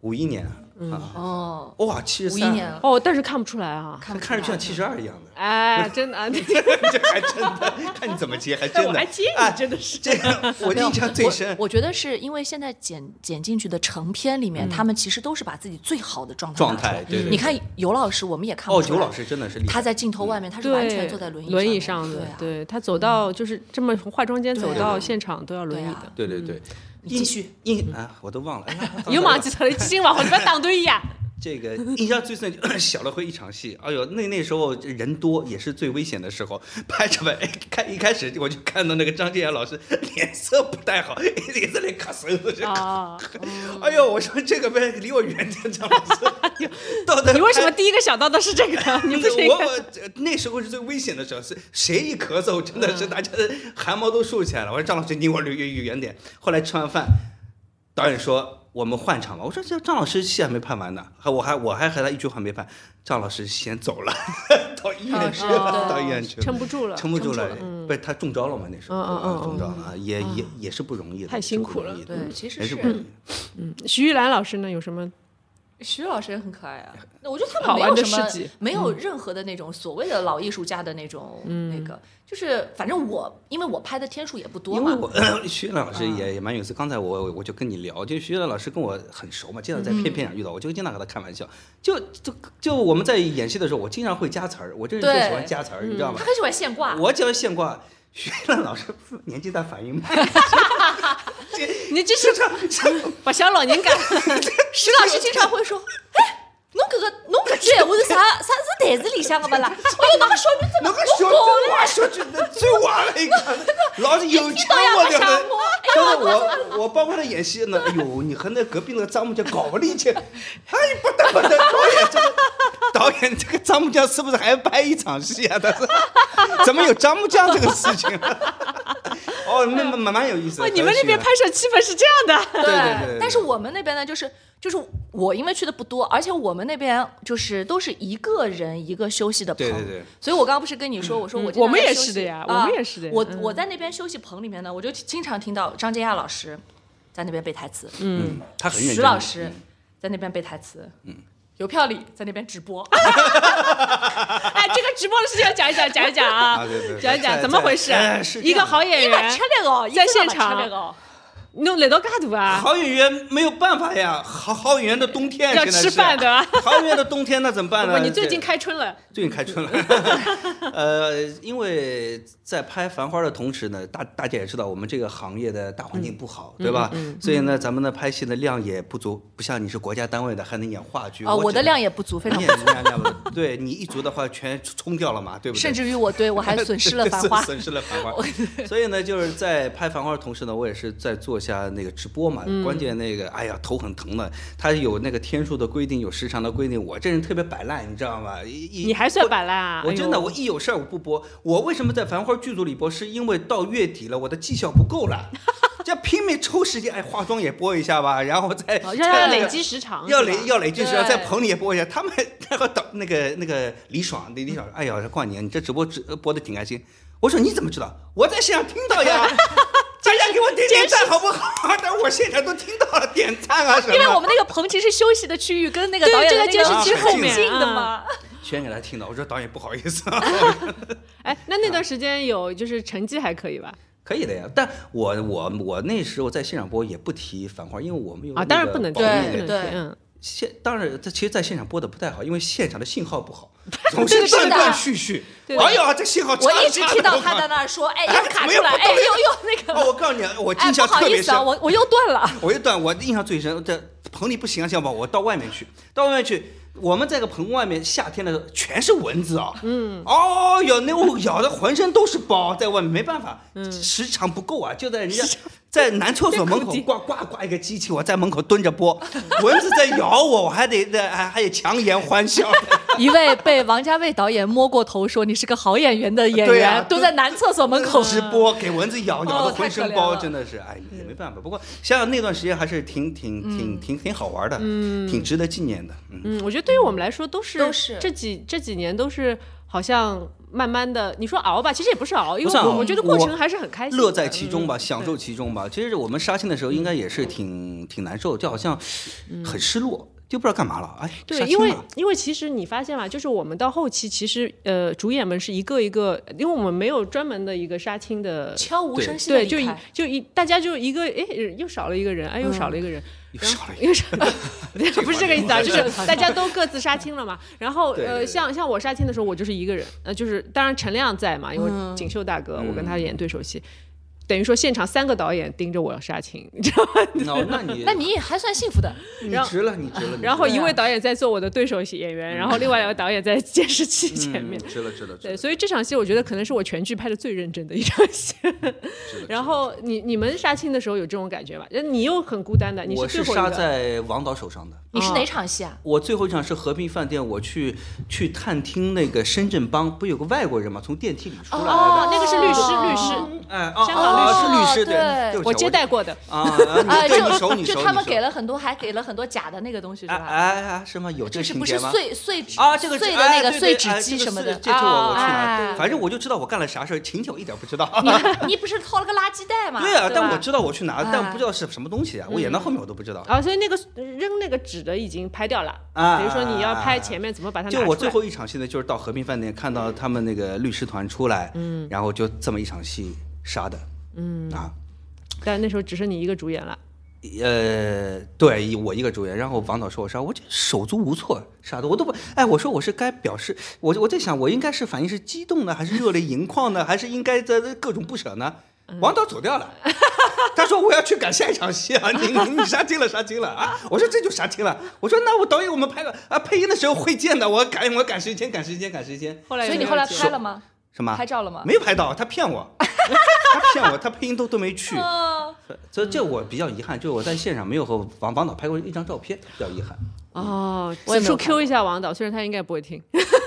Speaker 4: 五一年啊，
Speaker 5: 哦，
Speaker 4: 哇，七十
Speaker 5: 五一
Speaker 4: 三，
Speaker 5: 年了，
Speaker 3: 哦，但是看不出来啊。
Speaker 5: 看不
Speaker 4: 看着就
Speaker 5: 出来
Speaker 4: 像七十二一样的。
Speaker 3: 哎，真的啊，你
Speaker 4: 这还真的，看你怎么接，还真
Speaker 5: 哎
Speaker 3: 我
Speaker 4: 的，
Speaker 3: 还接
Speaker 4: 啊
Speaker 3: 你，真的是。
Speaker 4: 这个我印象最深。
Speaker 5: 我觉得是因为现在剪剪进去的成片里面，他们其实都是把自己最好的状态
Speaker 4: 嗯状
Speaker 5: 拿出来
Speaker 4: 态对对
Speaker 5: 你
Speaker 4: 对
Speaker 5: 看尤老师，我们也看
Speaker 4: 哦，
Speaker 5: 不出
Speaker 4: 九
Speaker 5: 来
Speaker 4: 老师真的是厉害，
Speaker 5: 他在镜头外面， 他是
Speaker 3: 对，
Speaker 5: 完全坐在轮椅
Speaker 3: 轮椅
Speaker 5: 上
Speaker 3: 上
Speaker 5: 面
Speaker 3: 的，
Speaker 5: 对啊。
Speaker 3: 对他走到就是这么从化妆间走
Speaker 5: 对啊
Speaker 3: 到现场都要轮椅
Speaker 5: 对
Speaker 3: 的
Speaker 5: 啊。
Speaker 4: 对对对，
Speaker 5: 你继续
Speaker 4: 印印啊，我都忘了。
Speaker 3: 有马记头的基金网，你不要当对呀。
Speaker 4: 这个印象最深就 小了会一场戏，哎呦，那那时候人多也是最危险的时候，拍着拍，哎看一开始我就看到那个张建阳老师脸色不太好，脸色里卡死了，这
Speaker 3: 啊，
Speaker 4: 哎呦，我说这个呗，离我远 点，张老师， 到底嗯
Speaker 3: 你为什么第一个想到的是这个？ 你不是应
Speaker 4: 我
Speaker 3: 该
Speaker 4: 我这那时候是最危险的时候，是谁一咳嗽，真的是
Speaker 3: 嗯
Speaker 4: 大家的汗毛都竖起来了。我说张老师，离我离远远点。后来吃完饭，导演说我们换场吧。我说这张老师戏还没拍完呢，还我还我还和他一句话没拍，张老师先走了， 到医院去了，
Speaker 5: 哦
Speaker 4: 到医院去了
Speaker 3: 撑。不住了？
Speaker 4: 撑不住了
Speaker 5: 撑，
Speaker 4: 不是他中招了嘛？那时
Speaker 3: 嗯
Speaker 4: 候
Speaker 3: 嗯嗯嗯
Speaker 4: 啊中招了啊，也也也是不容易的，
Speaker 3: 太辛苦了
Speaker 4: 也是不
Speaker 5: 对
Speaker 4: 容易的
Speaker 5: 其实
Speaker 4: 也是
Speaker 5: 是
Speaker 4: 不容易。
Speaker 3: 徐玉兰老师呢？有什么？
Speaker 5: 徐老师也很可爱啊，那 我觉得他
Speaker 3: 好
Speaker 5: 们没
Speaker 3: 玩
Speaker 5: 有
Speaker 3: 的
Speaker 5: 什么
Speaker 3: 事迹，
Speaker 5: 没有任何的那种所谓的老艺术家的那种那个，就是反正我因为我拍的天数也不多
Speaker 4: 因为
Speaker 5: 嘛，
Speaker 4: 我徐悦老师也也蛮有意思，刚才我我就跟你聊，就徐悦老师跟我很熟嘛，经常在片片上遇到，我就经常和他开玩笑，就就就我们在演戏的时候，我经常会加词儿，我这人就
Speaker 5: 对嗯
Speaker 4: 喜欢加词儿，你知道吗
Speaker 5: 他？很喜欢现挂，
Speaker 4: 我只要现挂，徐悦老师 年纪大反应慢，
Speaker 3: 你这 是把小老年感。
Speaker 5: 徐老师经常会说，哎，侬搿个侬搿句闲话是啥啥是台词里向个勿啦？哎哟，那个小女子
Speaker 4: 那个小句哇，小句最晚了一个，老是有
Speaker 5: 听
Speaker 4: 腔
Speaker 5: 到呀
Speaker 4: 我
Speaker 5: 不
Speaker 4: 的
Speaker 5: 想
Speaker 4: 很
Speaker 5: 我，哎呦，
Speaker 4: 我我包括他演戏呢，哎呦，你和那隔壁那个张木匠搞不力气，哎，不得不得，导演这个导演这个张木匠是不是还要拍一场戏啊？他说怎么有张木匠这个事情？哦，那蛮蛮蛮有意思的。
Speaker 3: 哇，你们那
Speaker 4: 啊
Speaker 3: 边拍摄气氛是这样的，
Speaker 4: 对对对对，
Speaker 5: 但是我们那边呢，就是就是我因为去的不多，而且我们那边就是都是一个人一个休息的棚，
Speaker 4: 对对对
Speaker 5: 所以我刚刚不是跟你说，我说我、
Speaker 3: 嗯我们也是的呀
Speaker 5: 啊
Speaker 3: 我们也是的呀
Speaker 5: 我
Speaker 3: 嗯
Speaker 5: 我在那边休息棚里面呢，我就经常听到张杰亚老师在那边背台词，嗯，
Speaker 4: 嗯，他很认真。
Speaker 5: 徐老
Speaker 4: 嗯
Speaker 5: 师在那边背台词，嗯。邮票里在那边直 播，
Speaker 3: 哎，这个直播的事情要讲一讲，讲一讲啊
Speaker 4: 啊对对，对
Speaker 3: 讲一讲
Speaker 4: 在
Speaker 3: 怎么回事
Speaker 4: 在哎？是这
Speaker 3: 一个
Speaker 4: 样的
Speaker 3: 好演 员，
Speaker 5: 那个
Speaker 3: 在现场
Speaker 5: 个，
Speaker 3: 弄来到嘎度啊，
Speaker 4: 好演员没有办法呀，好好演员的冬天
Speaker 3: 要
Speaker 4: 现在
Speaker 3: 吃
Speaker 4: 是
Speaker 3: 饭的吧
Speaker 4: 好演员的冬天那怎么办
Speaker 3: 不，
Speaker 4: 呢？
Speaker 3: 你最
Speaker 4: 这
Speaker 3: 近开春了，
Speaker 4: 最近开 春了，呃，因为在拍《繁花》的同时呢，大大家也知道我们这个行业的大环境不好，
Speaker 5: 嗯
Speaker 4: 对吧？所以呢，咱们的拍戏的量也不足，不像你是国家单位的还能演话剧
Speaker 5: 啊，我的
Speaker 4: 只
Speaker 5: 量也不足，非常
Speaker 4: 你，也是量量不足，对你一足的话全冲掉了嘛， 对不对？
Speaker 5: 甚至于我对我还损失了 繁
Speaker 4: 损
Speaker 5: 花，
Speaker 4: 损失了 繁花。所以呢，就是在拍繁花的同时呢，我也是在做一下那个直播嘛。
Speaker 5: 嗯
Speaker 4: 关键那个，哎呀，头很疼的。他有那个天数的规定，有时长的规定。我这人特别摆烂，你知道吗？一一
Speaker 3: 你还算摆烂啊？
Speaker 4: 我
Speaker 3: 哎呦
Speaker 4: 真的，我一有事儿我不播。我为什么在繁花剧组里播？是因为到月底了，我的绩效不够了， 就拼命抽时间，哎，化妆也播一下吧，然后再
Speaker 3: 哦要
Speaker 4: 再
Speaker 3: 要
Speaker 4: 那
Speaker 3: 累
Speaker 4: 个
Speaker 3: 积时长，
Speaker 4: 要
Speaker 3: 是吧
Speaker 4: 累要累，就是要
Speaker 5: 对
Speaker 4: 在棚里也播一下。他们然后导那个那个李爽，李李爽，哎呀，冠年，你这直播直播的挺开心。我说你怎么知道？我在现场听 到呀，大家给我点点赞好不好？但我现场都听到了点赞啊什么的。
Speaker 5: 因为我们那个棚其实休息的区域跟那个导演的那
Speaker 3: 对这个监
Speaker 4: 视器
Speaker 5: 是
Speaker 4: 后
Speaker 5: 很
Speaker 4: 面
Speaker 5: 近的
Speaker 3: 啊
Speaker 5: 啊嘛，
Speaker 4: 全给他听到，我说导演不好意 思、啊
Speaker 3: 哎，那那段时间有就是成绩还可以吧？
Speaker 4: 可以的呀，但我我我那时候在现场播也不提反话，因为我们有
Speaker 3: 啊，当然不能
Speaker 4: 那
Speaker 3: 提，
Speaker 4: 个保密
Speaker 5: 对
Speaker 4: 的
Speaker 3: 不能提
Speaker 5: 对
Speaker 3: 嗯，
Speaker 4: 现当然，这其实，在现场播的不太好，因为现场的信号 不好，总是
Speaker 5: 对是
Speaker 4: 断
Speaker 5: 的
Speaker 4: 断续续。
Speaker 3: 对
Speaker 4: 哎呦，这信号
Speaker 5: 我
Speaker 4: 差
Speaker 5: 一直
Speaker 4: 差
Speaker 5: 听
Speaker 4: 得
Speaker 5: 到
Speaker 4: 不
Speaker 5: 他在
Speaker 4: 得了
Speaker 5: 那儿说，哎，
Speaker 4: 哎
Speaker 5: 又卡
Speaker 4: 怎么
Speaker 5: 出
Speaker 4: 又
Speaker 5: 来，
Speaker 4: 不
Speaker 5: 哎，
Speaker 4: 动
Speaker 5: 又又那
Speaker 4: 哦，
Speaker 5: 个，
Speaker 4: 我告诉你，我
Speaker 5: 哎，
Speaker 4: 印
Speaker 5: 不
Speaker 4: 象
Speaker 5: 好
Speaker 4: 特
Speaker 5: 意
Speaker 4: 别
Speaker 5: 思
Speaker 4: 深
Speaker 5: 啊，。我我又断了。
Speaker 4: 我一段我印象最深，在棚里不行啊，小宝，我到外面去，到外面去，我们在个棚外面，夏天的时候全是蚊子啊，嗯，哦哟，那我咬的浑身都是包，在外面没办法，
Speaker 5: 嗯
Speaker 4: 时长不够啊，就在人家在男厕所门口挂挂挂一个机器，我在门口蹲着播，蚊子在咬我，我还得得还还得强颜欢笑。
Speaker 5: 一位被王家卫导演摸过头说你是个好演员的演
Speaker 4: 对啊
Speaker 5: 员，蹲在男厕所 门口
Speaker 4: 直播给蚊子咬，咬
Speaker 5: 哦
Speaker 4: 的浑身
Speaker 5: 太可
Speaker 4: 包，
Speaker 5: 怜了
Speaker 4: 真的是，哎，也没办法。不过想想那段时间还是挺挺
Speaker 5: 嗯
Speaker 4: 挺挺挺好玩的，挺值得纪念的。嗯，
Speaker 3: 嗯，我觉得对于我们来说都是
Speaker 5: 都是
Speaker 3: 这几这几年都是好像慢慢的，你说熬吧，其实也不是熬，因
Speaker 4: 不
Speaker 3: 为
Speaker 4: 算
Speaker 3: 我
Speaker 4: 熬
Speaker 3: 我觉得过程
Speaker 4: 我
Speaker 3: 还是很开心的，
Speaker 4: 乐在其中吧，
Speaker 3: 嗯
Speaker 4: 享受其中吧。其实我们杀青的时候，应该也是挺挺难受，就好像很失落，就不知道干嘛了。哎，
Speaker 3: 嗯对，
Speaker 4: 杀
Speaker 3: 因
Speaker 4: 青
Speaker 3: 为
Speaker 4: 了
Speaker 3: 因为其实你发现嘛，就是我们到后期，其实呃，主演们是一个一个，因为我们没有专门的一个杀青的，
Speaker 5: 悄无声息的
Speaker 3: 对，就一就一大家就一个，哎，又少了一个人，哎，又少了一个人，
Speaker 4: 又少了一个
Speaker 3: 又少了， 不是这个意思啊，
Speaker 4: 这
Speaker 3: 就
Speaker 4: 个
Speaker 3: 是大家都各自杀青了嘛。然后
Speaker 4: 对对
Speaker 3: 呃，
Speaker 4: 对
Speaker 3: 像像我杀青的时候，我就是一个人，呃，就是当然陈亮在嘛，因为锦绣大哥，我跟
Speaker 4: 嗯
Speaker 3: 他演对手戏。等于说，现场三个导演盯着我要杀青，你知道吗？
Speaker 4: 哦，那你
Speaker 5: 那你也还算幸福的，
Speaker 4: 你
Speaker 3: 然后
Speaker 4: 值了，你值了。嗯
Speaker 3: 然后
Speaker 4: 你
Speaker 3: 一位导演在做我的对手戏演员，然后另外两个导演在监视器
Speaker 4: 值了
Speaker 3: 前面。
Speaker 4: 嗯值了，值了，值
Speaker 3: 对，
Speaker 4: 了。
Speaker 3: 所以这场戏我觉得可能是我全剧拍的最认真的一场 戏。
Speaker 4: 值了
Speaker 3: 然后你你们杀青的时候有这种感觉吧？那你又很孤单的，你
Speaker 4: 我
Speaker 3: 最
Speaker 4: 是
Speaker 3: 后一
Speaker 4: 杀
Speaker 3: 个。
Speaker 4: 在王导手上的。
Speaker 5: 你是哪场戏啊？
Speaker 4: 我最后一场是和平饭店，我去去探听那个深圳帮，不有个外国人嘛，从电梯里出来的。
Speaker 3: 哦，那个是律师，律
Speaker 5: 哦
Speaker 3: 师，
Speaker 4: 哎，啊
Speaker 3: 香港律
Speaker 4: 啊
Speaker 3: 师哦
Speaker 4: 啊是律师，
Speaker 5: 对
Speaker 4: 对不起
Speaker 3: 我接待过的。
Speaker 4: 啊，啊
Speaker 5: 哎，
Speaker 4: 你对你熟，
Speaker 5: 就
Speaker 4: 你熟，
Speaker 5: 就他
Speaker 4: 你
Speaker 5: 们
Speaker 4: 熟
Speaker 5: 给了很多，还给了很多假的那个东西是
Speaker 4: 哎
Speaker 5: 吧？
Speaker 4: 哎哎，什么有这
Speaker 5: 就
Speaker 4: 个
Speaker 5: 是
Speaker 4: 情
Speaker 5: 不
Speaker 4: 节
Speaker 5: 是
Speaker 4: 吗？
Speaker 5: 碎碎纸
Speaker 4: 啊，这个
Speaker 5: 碎的
Speaker 4: 哎
Speaker 5: 那个
Speaker 4: 对
Speaker 5: 碎
Speaker 4: 对
Speaker 5: 纸
Speaker 4: 哎
Speaker 5: 机
Speaker 4: 这个
Speaker 5: 什么
Speaker 4: 碎
Speaker 5: 的，
Speaker 4: 这这我我去
Speaker 5: 啊
Speaker 4: 拿
Speaker 5: 哎，
Speaker 4: 反正我就知道我干了啥事儿，情节我一点不知道。
Speaker 5: 你不是掏了个垃圾袋吗？
Speaker 4: 对啊，
Speaker 5: 吧
Speaker 4: 但我知道我去拿，
Speaker 5: 啊嗯
Speaker 4: 但不知道是什么东西啊，我演到后面我都不知道。
Speaker 3: 啊，所以那个扔那个纸的已经拍掉了，
Speaker 4: 啊
Speaker 3: 等于说你要拍前面怎么把它拿出
Speaker 4: 就
Speaker 3: 来。
Speaker 4: 我最后一场戏呢，就是到和平饭店看到他们那个律师团出来，嗯，然后就这么一场戏杀的，嗯啊，
Speaker 3: 但那时候只剩你一个主演了。
Speaker 4: 呃，对我一个主演，然后王导说我杀，我这手足无措，杀的我都不，哎，我说我是该表示，我我在想，我应该是反应是激动呢，还是热泪盈眶呢，还是应该在各种不舍呢？王导走掉了，他说我要去赶下一场戏啊，你你你杀青了，杀青了啊！我说这就杀青了，我说那我导演我们拍个啊配音的时候会见的，我赶我赶时间，赶时间，赶时间，
Speaker 3: 后来有
Speaker 5: 所以你
Speaker 3: 没有
Speaker 5: 后来
Speaker 3: 接啊
Speaker 5: 拍了吗？
Speaker 4: 什么
Speaker 5: 拍照了吗？
Speaker 4: 没有拍到，他骗我，他骗我，他配音都都没去。
Speaker 5: 哦
Speaker 4: 所以这我比较遗憾，就是我在现场没有和王王导拍过一张照片，比较遗憾。
Speaker 3: 哦，
Speaker 2: 我也没
Speaker 3: 此处
Speaker 2: 有看
Speaker 3: Q 一下王导，虽然他应该不会听。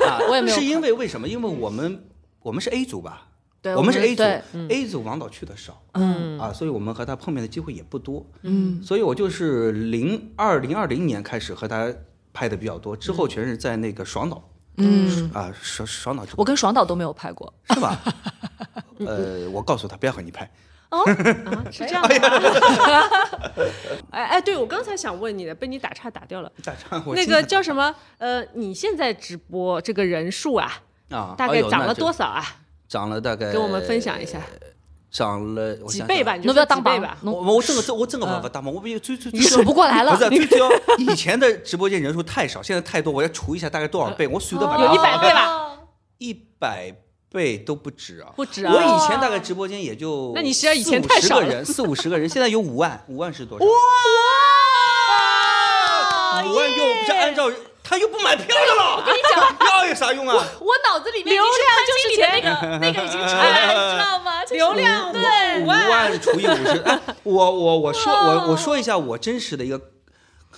Speaker 4: 啊，
Speaker 2: 我也没有
Speaker 4: 是因
Speaker 2: 看
Speaker 4: 为为什么？因为我们我们是 A 组吧，
Speaker 2: 对
Speaker 4: 我们是 A 组
Speaker 2: 对，
Speaker 4: ，A 组王导去的少，嗯啊，所以我们和他碰面的机会也不多，嗯，所以我就是零二零二零年开始和他拍的比较多，之后全是在那个爽岛，嗯啊爽爽岛
Speaker 5: 我跟爽导都没有拍过，
Speaker 4: 是吧？呃，我告诉他不要和你拍，
Speaker 3: 是这样的吗。 哎哎，对我刚才想问你的，被你打岔打掉了。
Speaker 4: 大张我
Speaker 3: 那
Speaker 4: 记
Speaker 3: 个
Speaker 4: 得
Speaker 3: 叫什么？呃，你现在直播这个人数啊，
Speaker 4: 啊，
Speaker 3: 大
Speaker 4: 哎
Speaker 3: 概
Speaker 4: 呦
Speaker 3: 涨
Speaker 4: 那呃
Speaker 3: 了
Speaker 4: 就
Speaker 3: 多少啊？
Speaker 4: 涨了大概
Speaker 3: 给我们分享一下，
Speaker 4: 涨了我
Speaker 3: 几
Speaker 4: 想
Speaker 3: 倍
Speaker 4: 想
Speaker 3: 吧？
Speaker 4: 啊
Speaker 3: 你
Speaker 5: 侬
Speaker 3: 就
Speaker 5: 不要
Speaker 3: 说
Speaker 5: 当
Speaker 3: 几倍
Speaker 5: 榜
Speaker 3: 吧？
Speaker 5: 侬
Speaker 4: 我我这个这我这个办法大吗？我不追追
Speaker 5: 你
Speaker 4: 追
Speaker 5: 数不过来了
Speaker 4: 不是，啊最主要以前的直播间人数太少，现在太多，我要除一下大概多少倍，我随便把
Speaker 5: 哦
Speaker 4: 它
Speaker 3: 呃哦有100倍吧
Speaker 4: 啊一百倍都不止啊！
Speaker 3: 不止啊
Speaker 4: 我以前大概直播间也就
Speaker 3: 那你实际上以前太少了
Speaker 4: 四五十个人，四五十个人，现在有五万，五万是多少？啊
Speaker 5: 哇
Speaker 4: 五万又不是按照他又不买票的了，我跟你讲，要有啥用啊？
Speaker 5: 我脑子里面已经
Speaker 3: 流量就是
Speaker 5: 是潘经理的那
Speaker 3: 哎
Speaker 5: 个那个已经出来了，你知道吗？就是
Speaker 3: 流量
Speaker 5: 对，
Speaker 4: 五万除以五十，哎，我我我说我我说一下我真实的一个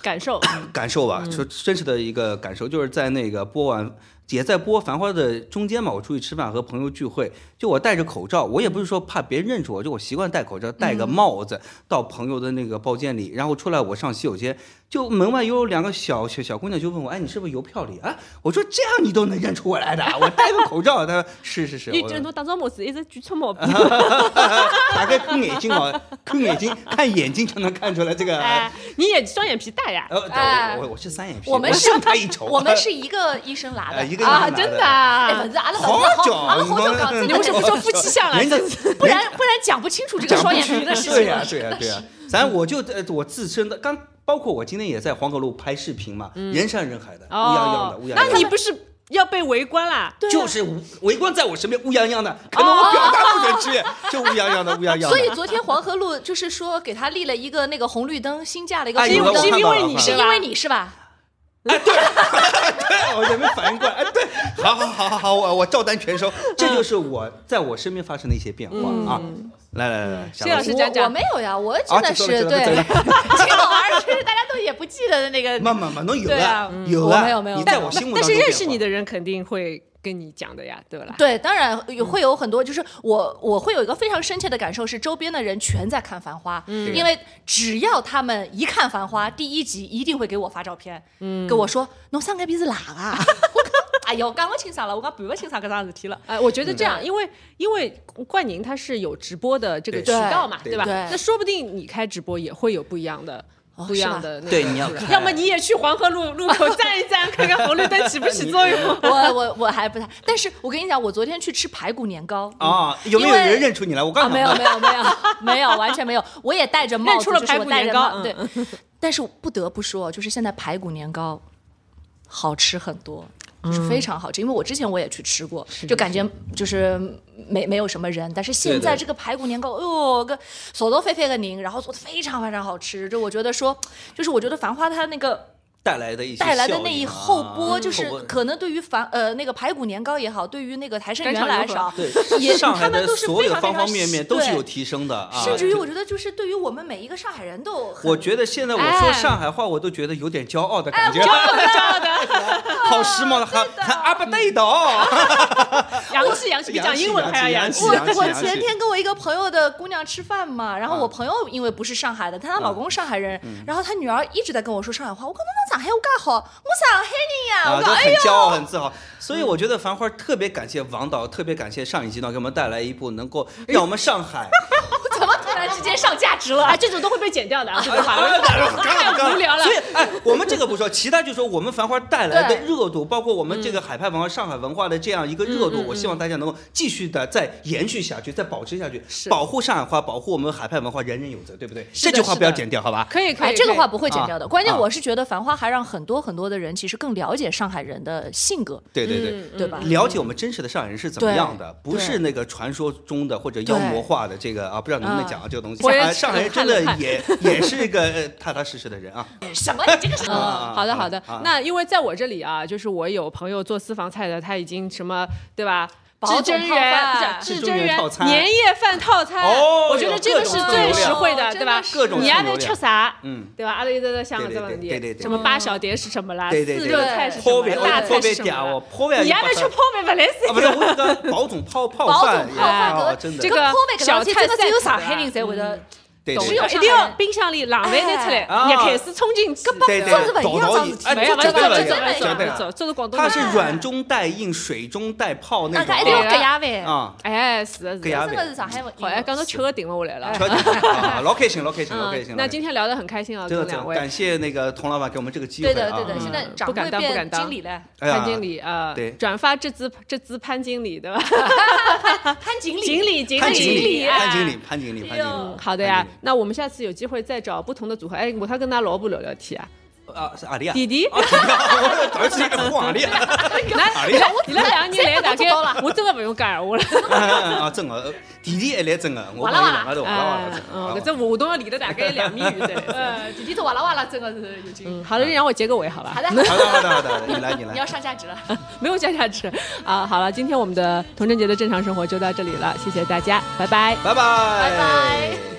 Speaker 3: 感受
Speaker 4: 感受
Speaker 5: 嗯
Speaker 4: 吧，说真实的一个感受，就是在那个播完，也在播《繁花》的中间嘛，我出去吃饭和朋友聚会，就我戴着口罩，我也不是说怕别人认出我，就我习惯戴口罩，戴
Speaker 5: 嗯
Speaker 4: 个帽子到朋友的那个包间里，然后出来我上洗手间，就门外有两个小小小姑娘就问我，哎，你是不是邮票里啊？我说这样你都能认出我 来的，我戴个口罩，她说是是是，
Speaker 3: 一
Speaker 4: 我
Speaker 3: 直 侬打造模子，一直举出毛病。
Speaker 4: 打开空眼睛啊，空眼睛看眼睛就能看出来这 个，
Speaker 3: 哎，你也双眼皮大呀？
Speaker 4: 呃，
Speaker 5: 哎
Speaker 4: 我我我是三眼皮，
Speaker 5: 我们是
Speaker 4: 胜他一筹，
Speaker 5: 我们是一个医生拿
Speaker 4: 呃
Speaker 5: 的
Speaker 4: 一个一个
Speaker 3: 啊，
Speaker 4: 拿
Speaker 3: 真的
Speaker 5: 哎，
Speaker 3: 啊
Speaker 5: 蚊？子，阿拉
Speaker 4: 好
Speaker 5: 好
Speaker 4: 久，
Speaker 5: 阿拉好久搞自己
Speaker 3: 你为什么不说夫妻相啊？
Speaker 4: 人家
Speaker 5: 不然不然讲不清楚这个双眼皮的事
Speaker 4: 对
Speaker 5: 情
Speaker 4: 呀
Speaker 5: 了。、
Speaker 4: 对呀、对呀、咱我就呃，我自身的刚，包括我今天也在黄河路拍视频嘛，人山人海的，乌泱泱的，
Speaker 3: 嗯哦
Speaker 4: 乌泱泱，的。
Speaker 3: 那你啊不是要被围观啦？
Speaker 4: 就是围围观在我身边乌泱泱的，可能我表达不准确，
Speaker 3: 哦
Speaker 4: 就乌泱 泱的，乌泱泱的。
Speaker 5: 所以昨天黄河路就是说给他立了一个那个红绿灯，新架了一个
Speaker 4: 哎
Speaker 5: 红绿
Speaker 4: 有的
Speaker 5: 灯，
Speaker 4: 我
Speaker 3: 是
Speaker 4: 看
Speaker 3: 因
Speaker 4: 到
Speaker 3: 为
Speaker 4: 了
Speaker 3: 你
Speaker 4: 看
Speaker 5: 是
Speaker 3: 是
Speaker 5: 因
Speaker 4: 到
Speaker 3: 吧
Speaker 5: 为你是吧？
Speaker 4: 对，我也没反应过来。哎， 对，好好好好好，我我照单全收。
Speaker 3: 嗯
Speaker 4: 这就是我在我身边发生的一些变化、啊。来来来来，
Speaker 3: 谢老
Speaker 4: 老
Speaker 3: 师
Speaker 4: 师，
Speaker 3: 讲
Speaker 5: 我
Speaker 3: 讲
Speaker 5: 我没有呀，我
Speaker 4: 啊
Speaker 5: 真的
Speaker 4: 知
Speaker 5: 是
Speaker 4: 道了知道了
Speaker 5: 对，
Speaker 4: 知 道
Speaker 5: 这老儿是大家都也不记得的那 个。
Speaker 4: 慢慢慢，能有
Speaker 5: 对啊
Speaker 4: 啊，有
Speaker 5: 我
Speaker 4: 啊，
Speaker 5: 没有没有
Speaker 4: 你在我心目
Speaker 3: 但
Speaker 4: 当中
Speaker 3: 是
Speaker 4: 变化。
Speaker 3: 认识你的人肯定会跟你讲的呀，对吧？
Speaker 5: 对，当然有会有很多，就是我我会有一个非常深切的感受，是周边的人全在看《繁花》，
Speaker 4: 嗯
Speaker 5: 因为只要他们一看《繁花》第一集，一定会给我发照片，
Speaker 4: 嗯
Speaker 5: 跟我说侬上个鼻子哪啊？ 我讲哎呦，讲不清爽了，我讲盘不清爽搿桩事体 了。
Speaker 3: 哎，我觉得这
Speaker 4: 嗯
Speaker 3: 样，因为因为冠宁他是有直播的这个渠
Speaker 4: 对
Speaker 3: 道嘛，
Speaker 4: 对
Speaker 3: 吧？
Speaker 5: 对哦
Speaker 3: 那说不定你开直播也会有不一样的。不一样的那个
Speaker 4: 对
Speaker 3: 出来
Speaker 4: 你要看
Speaker 3: 要么你也去黄河路路口站一 站，看看红绿灯起不起作用。
Speaker 5: 我我我还不太，但是我跟你讲，我昨天去吃排骨年糕，
Speaker 4: 啊，有没有
Speaker 5: 因为
Speaker 4: 人认出你来？我
Speaker 5: 啊，
Speaker 4: 刚
Speaker 5: 没
Speaker 4: 想
Speaker 5: 有
Speaker 4: 问
Speaker 5: 没有没有没有，完全没有。我也戴着帽
Speaker 3: 认
Speaker 5: 子，
Speaker 3: 出了
Speaker 5: 就是
Speaker 3: 排
Speaker 5: 我
Speaker 3: 骨
Speaker 5: 戴
Speaker 3: 年
Speaker 5: 着
Speaker 3: 糕
Speaker 4: 嗯
Speaker 5: 帽对，但是不得不说，就是现在排骨年糕好吃很多。就是
Speaker 4: 嗯
Speaker 5: 非常好吃，因为我之前我也去吃过，就感觉就是没没有什么人，但是现在
Speaker 4: 对对
Speaker 5: 这个排骨年糕，哎呦，个手都沸沸的拧，然后做的非常非常好吃。就我觉得说，就是我觉得《繁花》它那个
Speaker 4: 带来的一些
Speaker 5: 带来的
Speaker 4: 效
Speaker 5: 那一
Speaker 4: 应啊
Speaker 5: 后波，就
Speaker 4: 后
Speaker 5: 是
Speaker 4: 波
Speaker 5: 可能对于繁呃那个排骨年糕也好，对于那个台盛
Speaker 3: 干
Speaker 5: 园
Speaker 3: 炒牛
Speaker 5: 来
Speaker 3: 河
Speaker 5: 说，
Speaker 4: 对，
Speaker 5: 也
Speaker 4: 上海
Speaker 5: 他们
Speaker 4: 的
Speaker 5: 都是
Speaker 4: 所
Speaker 5: 非
Speaker 4: 有
Speaker 5: 常
Speaker 4: 方
Speaker 5: 非常
Speaker 4: 方面面
Speaker 5: 喜
Speaker 4: 都是
Speaker 5: 对
Speaker 4: 有提升的啊。
Speaker 5: 甚至于我觉得就是对于我们每一个上海人都很，
Speaker 4: 我觉得现在我
Speaker 5: 哎
Speaker 4: 说上海话，我都觉得有点骄傲的感觉，
Speaker 3: 骄傲的，
Speaker 4: 好时髦的，还还阿不对 的哦。
Speaker 3: 洋气洋气，比讲英文还要
Speaker 4: 洋
Speaker 3: 气
Speaker 4: 气。
Speaker 5: 我
Speaker 4: 洋气
Speaker 5: 我
Speaker 4: 洋气
Speaker 5: 前天跟我一个朋友的姑娘吃饭嘛，然后
Speaker 4: 啊
Speaker 5: 我朋友因为不是上海的，但她老公上海人，
Speaker 4: 嗯
Speaker 5: 然后她女儿一直在跟我说上海话，我讲侬上海我讲好，我上海人呀，
Speaker 4: 啊，
Speaker 5: 我
Speaker 4: 都
Speaker 5: 讲哎
Speaker 4: 很
Speaker 5: 呦，
Speaker 4: 骄傲，很自豪。所以我觉得《繁花》特别感谢王导，特别感谢上一集呢，给我们带来一部能够
Speaker 5: 哎
Speaker 4: 让我们上海。
Speaker 5: 我怎么突然之间上价值了
Speaker 3: 啊，？这种都会被剪掉的啊，这
Speaker 4: 哎
Speaker 3: 种话 我太无聊了
Speaker 4: 所。以，哎，我们这个不说，其他就说我们繁花带来的
Speaker 5: 对
Speaker 4: 热度，包括我们这个海派文化、上海文化的这样一个热度，我希望大家能够继续的再延续下去，再保持下去，保护上海话，保护我们海派文化，人人有责，对不对？
Speaker 3: 是
Speaker 4: 这
Speaker 3: 的
Speaker 4: 句话
Speaker 3: 是
Speaker 4: 不要
Speaker 3: 的
Speaker 4: 剪掉，好吧？
Speaker 3: 可以可
Speaker 5: 哎，
Speaker 3: 以，
Speaker 5: 这个
Speaker 3: 可以
Speaker 5: 话不会剪掉
Speaker 4: 啊
Speaker 5: 的。关键
Speaker 4: 啊
Speaker 5: 我是觉得《繁花》还让很多很多的人其实更了解上海人的性格，
Speaker 4: 对对对。
Speaker 5: 对吧？
Speaker 4: 嗯了解我们真实的上海人是怎么
Speaker 5: 对
Speaker 4: 样的，不是那个传说中的或者妖魔化的这个啊，不知道能不能讲啊这个东西。
Speaker 3: 我也
Speaker 4: 上海
Speaker 3: 是
Speaker 4: 上海人真
Speaker 3: 冷
Speaker 4: 的
Speaker 3: 汗
Speaker 4: 也也 是一个呃踏踏实实的人啊。
Speaker 5: 什么？你这个什 么？
Speaker 4: 啊
Speaker 3: 嗯，好的好的
Speaker 4: 啊。
Speaker 3: 那因为在我这里啊，就是我有朋友做私房菜的，他已经什么对吧？
Speaker 5: 宝
Speaker 3: 至
Speaker 5: 总
Speaker 3: 臻
Speaker 5: 套饭
Speaker 3: 园、
Speaker 5: 不是
Speaker 3: 至
Speaker 4: 至
Speaker 3: 臻
Speaker 4: 臻园套餐
Speaker 3: 年夜饭套餐，
Speaker 4: 哦
Speaker 3: 我觉得
Speaker 4: 有
Speaker 3: 这个
Speaker 4: 各
Speaker 3: 是
Speaker 4: 种
Speaker 3: 最
Speaker 4: 酱
Speaker 3: 实
Speaker 4: 料
Speaker 3: 惠的，
Speaker 5: 真
Speaker 3: 对吧
Speaker 5: 的？是
Speaker 4: 各种
Speaker 3: 你
Speaker 4: 酱
Speaker 3: 还能
Speaker 4: 料
Speaker 3: 吃啥？
Speaker 4: 嗯
Speaker 3: 对吧？阿拉有的香港
Speaker 4: 对
Speaker 3: 这
Speaker 4: 对
Speaker 3: 问
Speaker 4: 对对对
Speaker 3: 题，
Speaker 4: 对
Speaker 3: 什么八小碟是什么啦？
Speaker 4: 对对
Speaker 3: 四
Speaker 4: 对
Speaker 3: 热
Speaker 4: 对
Speaker 3: 菜是什
Speaker 4: 颇
Speaker 3: 么
Speaker 4: 为
Speaker 3: 啦？大
Speaker 4: 颇
Speaker 3: 菜是
Speaker 4: 为
Speaker 3: 什
Speaker 4: 嗲
Speaker 3: 么
Speaker 4: 哦
Speaker 3: 啦？，
Speaker 4: 颇为
Speaker 3: 你还能吃泡面不来塞
Speaker 4: 啊， 不是我这个保总泡泡
Speaker 5: 宝
Speaker 4: 饭
Speaker 5: 总
Speaker 4: 也
Speaker 5: 泡饭
Speaker 4: 哦
Speaker 5: 搿
Speaker 4: 真的
Speaker 3: 这
Speaker 5: 这
Speaker 3: 个
Speaker 5: 个泡面搿
Speaker 3: 小
Speaker 5: 道菜
Speaker 3: 菜
Speaker 5: 真的只嗯有
Speaker 3: 菜
Speaker 5: 上
Speaker 3: 谱
Speaker 5: 海
Speaker 3: 啊
Speaker 5: 人才会得
Speaker 4: 对
Speaker 5: 懂
Speaker 4: 对
Speaker 5: 有上
Speaker 4: 对
Speaker 3: 一
Speaker 5: 海
Speaker 3: 定要
Speaker 5: 人
Speaker 3: 冰箱里冷饭拿出来，
Speaker 4: 哎
Speaker 3: 热开水冲进去。
Speaker 4: 对对，
Speaker 5: 做是不一
Speaker 4: 懂
Speaker 5: 样
Speaker 4: 到
Speaker 5: 子
Speaker 4: 底
Speaker 5: 体
Speaker 4: 哎，
Speaker 5: 验
Speaker 3: 没有
Speaker 4: 这
Speaker 3: 没
Speaker 5: 这
Speaker 3: 有
Speaker 4: 真
Speaker 3: 没
Speaker 4: 的
Speaker 5: 个
Speaker 3: 有
Speaker 4: 了
Speaker 5: 这
Speaker 3: 没
Speaker 5: 个
Speaker 4: 呀
Speaker 5: 这个
Speaker 3: 有，
Speaker 4: 真的呀，
Speaker 3: 这这是广东
Speaker 4: 它
Speaker 3: 人。
Speaker 4: 是软中带硬，水中带泡
Speaker 5: 那
Speaker 4: 那种
Speaker 5: 个一定
Speaker 3: 对
Speaker 5: 要
Speaker 3: 啊
Speaker 5: 搿样饭，
Speaker 4: 啊，
Speaker 3: 哎，是的，是
Speaker 4: 搿
Speaker 3: 的。
Speaker 4: 样
Speaker 5: 真的是
Speaker 4: 呗，
Speaker 5: 上海味。
Speaker 3: 好，哎，刚刚吃个顶了我来了。
Speaker 4: 确定啊，老开心，老开心，老开
Speaker 3: 嗯
Speaker 4: 心。，
Speaker 3: 那
Speaker 4: 老开心
Speaker 3: 今天聊得很开心啊，
Speaker 4: 这
Speaker 3: 跟
Speaker 4: 个
Speaker 3: 两
Speaker 4: 真
Speaker 3: 位
Speaker 4: 感谢那个童老板给我们这个机会
Speaker 5: 对
Speaker 4: 啊，
Speaker 5: 的对的，
Speaker 4: 嗯
Speaker 5: 现在掌
Speaker 3: 不敢
Speaker 5: 柜
Speaker 3: 当不敢
Speaker 5: 变
Speaker 3: 当
Speaker 5: 经理了，
Speaker 4: 哎呀
Speaker 3: 潘经理啊，
Speaker 4: 对
Speaker 3: 转发这支这支潘经理对吧？
Speaker 5: 潘经理，
Speaker 3: 经理经
Speaker 4: 潘
Speaker 5: 潘
Speaker 4: 经
Speaker 5: 经
Speaker 3: 理
Speaker 4: 理，
Speaker 5: 理
Speaker 4: 潘
Speaker 5: 哎
Speaker 4: 经理，潘经理，潘经
Speaker 5: 哎
Speaker 4: 理
Speaker 5: 呦，
Speaker 3: 好的
Speaker 4: 潘
Speaker 3: 呀
Speaker 4: 经理，
Speaker 3: 那我们下次有机会再找不同的组合。哎，我还跟他老婆聊聊天啊，
Speaker 4: 啊，是 阿丽啊，
Speaker 3: 弟弟
Speaker 4: 啊，弟弟啊我儿子也晃 阿丽啊，阿
Speaker 3: 来，
Speaker 4: 丽
Speaker 3: 你
Speaker 4: 啊
Speaker 3: 来， 你来两个人 来，大概我真的不用讲闲话了。
Speaker 4: 啊，真的，弟弟还来真的，我
Speaker 5: 哇啦哇啦
Speaker 4: 我都哇啦哇啦
Speaker 3: 哎
Speaker 4: 真的，啊
Speaker 3: 嗯
Speaker 5: 哦
Speaker 4: 哇，啦
Speaker 3: 搿只活动要练了大概两米远 才来。
Speaker 5: 呃，弟弟这哇啦哇啦，真的是有经
Speaker 3: 嗯，
Speaker 5: 历。
Speaker 3: 好了，你让我结个尾好吧？
Speaker 5: 啊好的，
Speaker 4: 好的好的好的好的，你来你来
Speaker 5: 你，要上价值了。
Speaker 3: 没有加价值啊。好了，今天我们的童贞节的正常生活就到这里了，谢谢大家，拜拜。
Speaker 4: 拜拜
Speaker 5: 拜拜。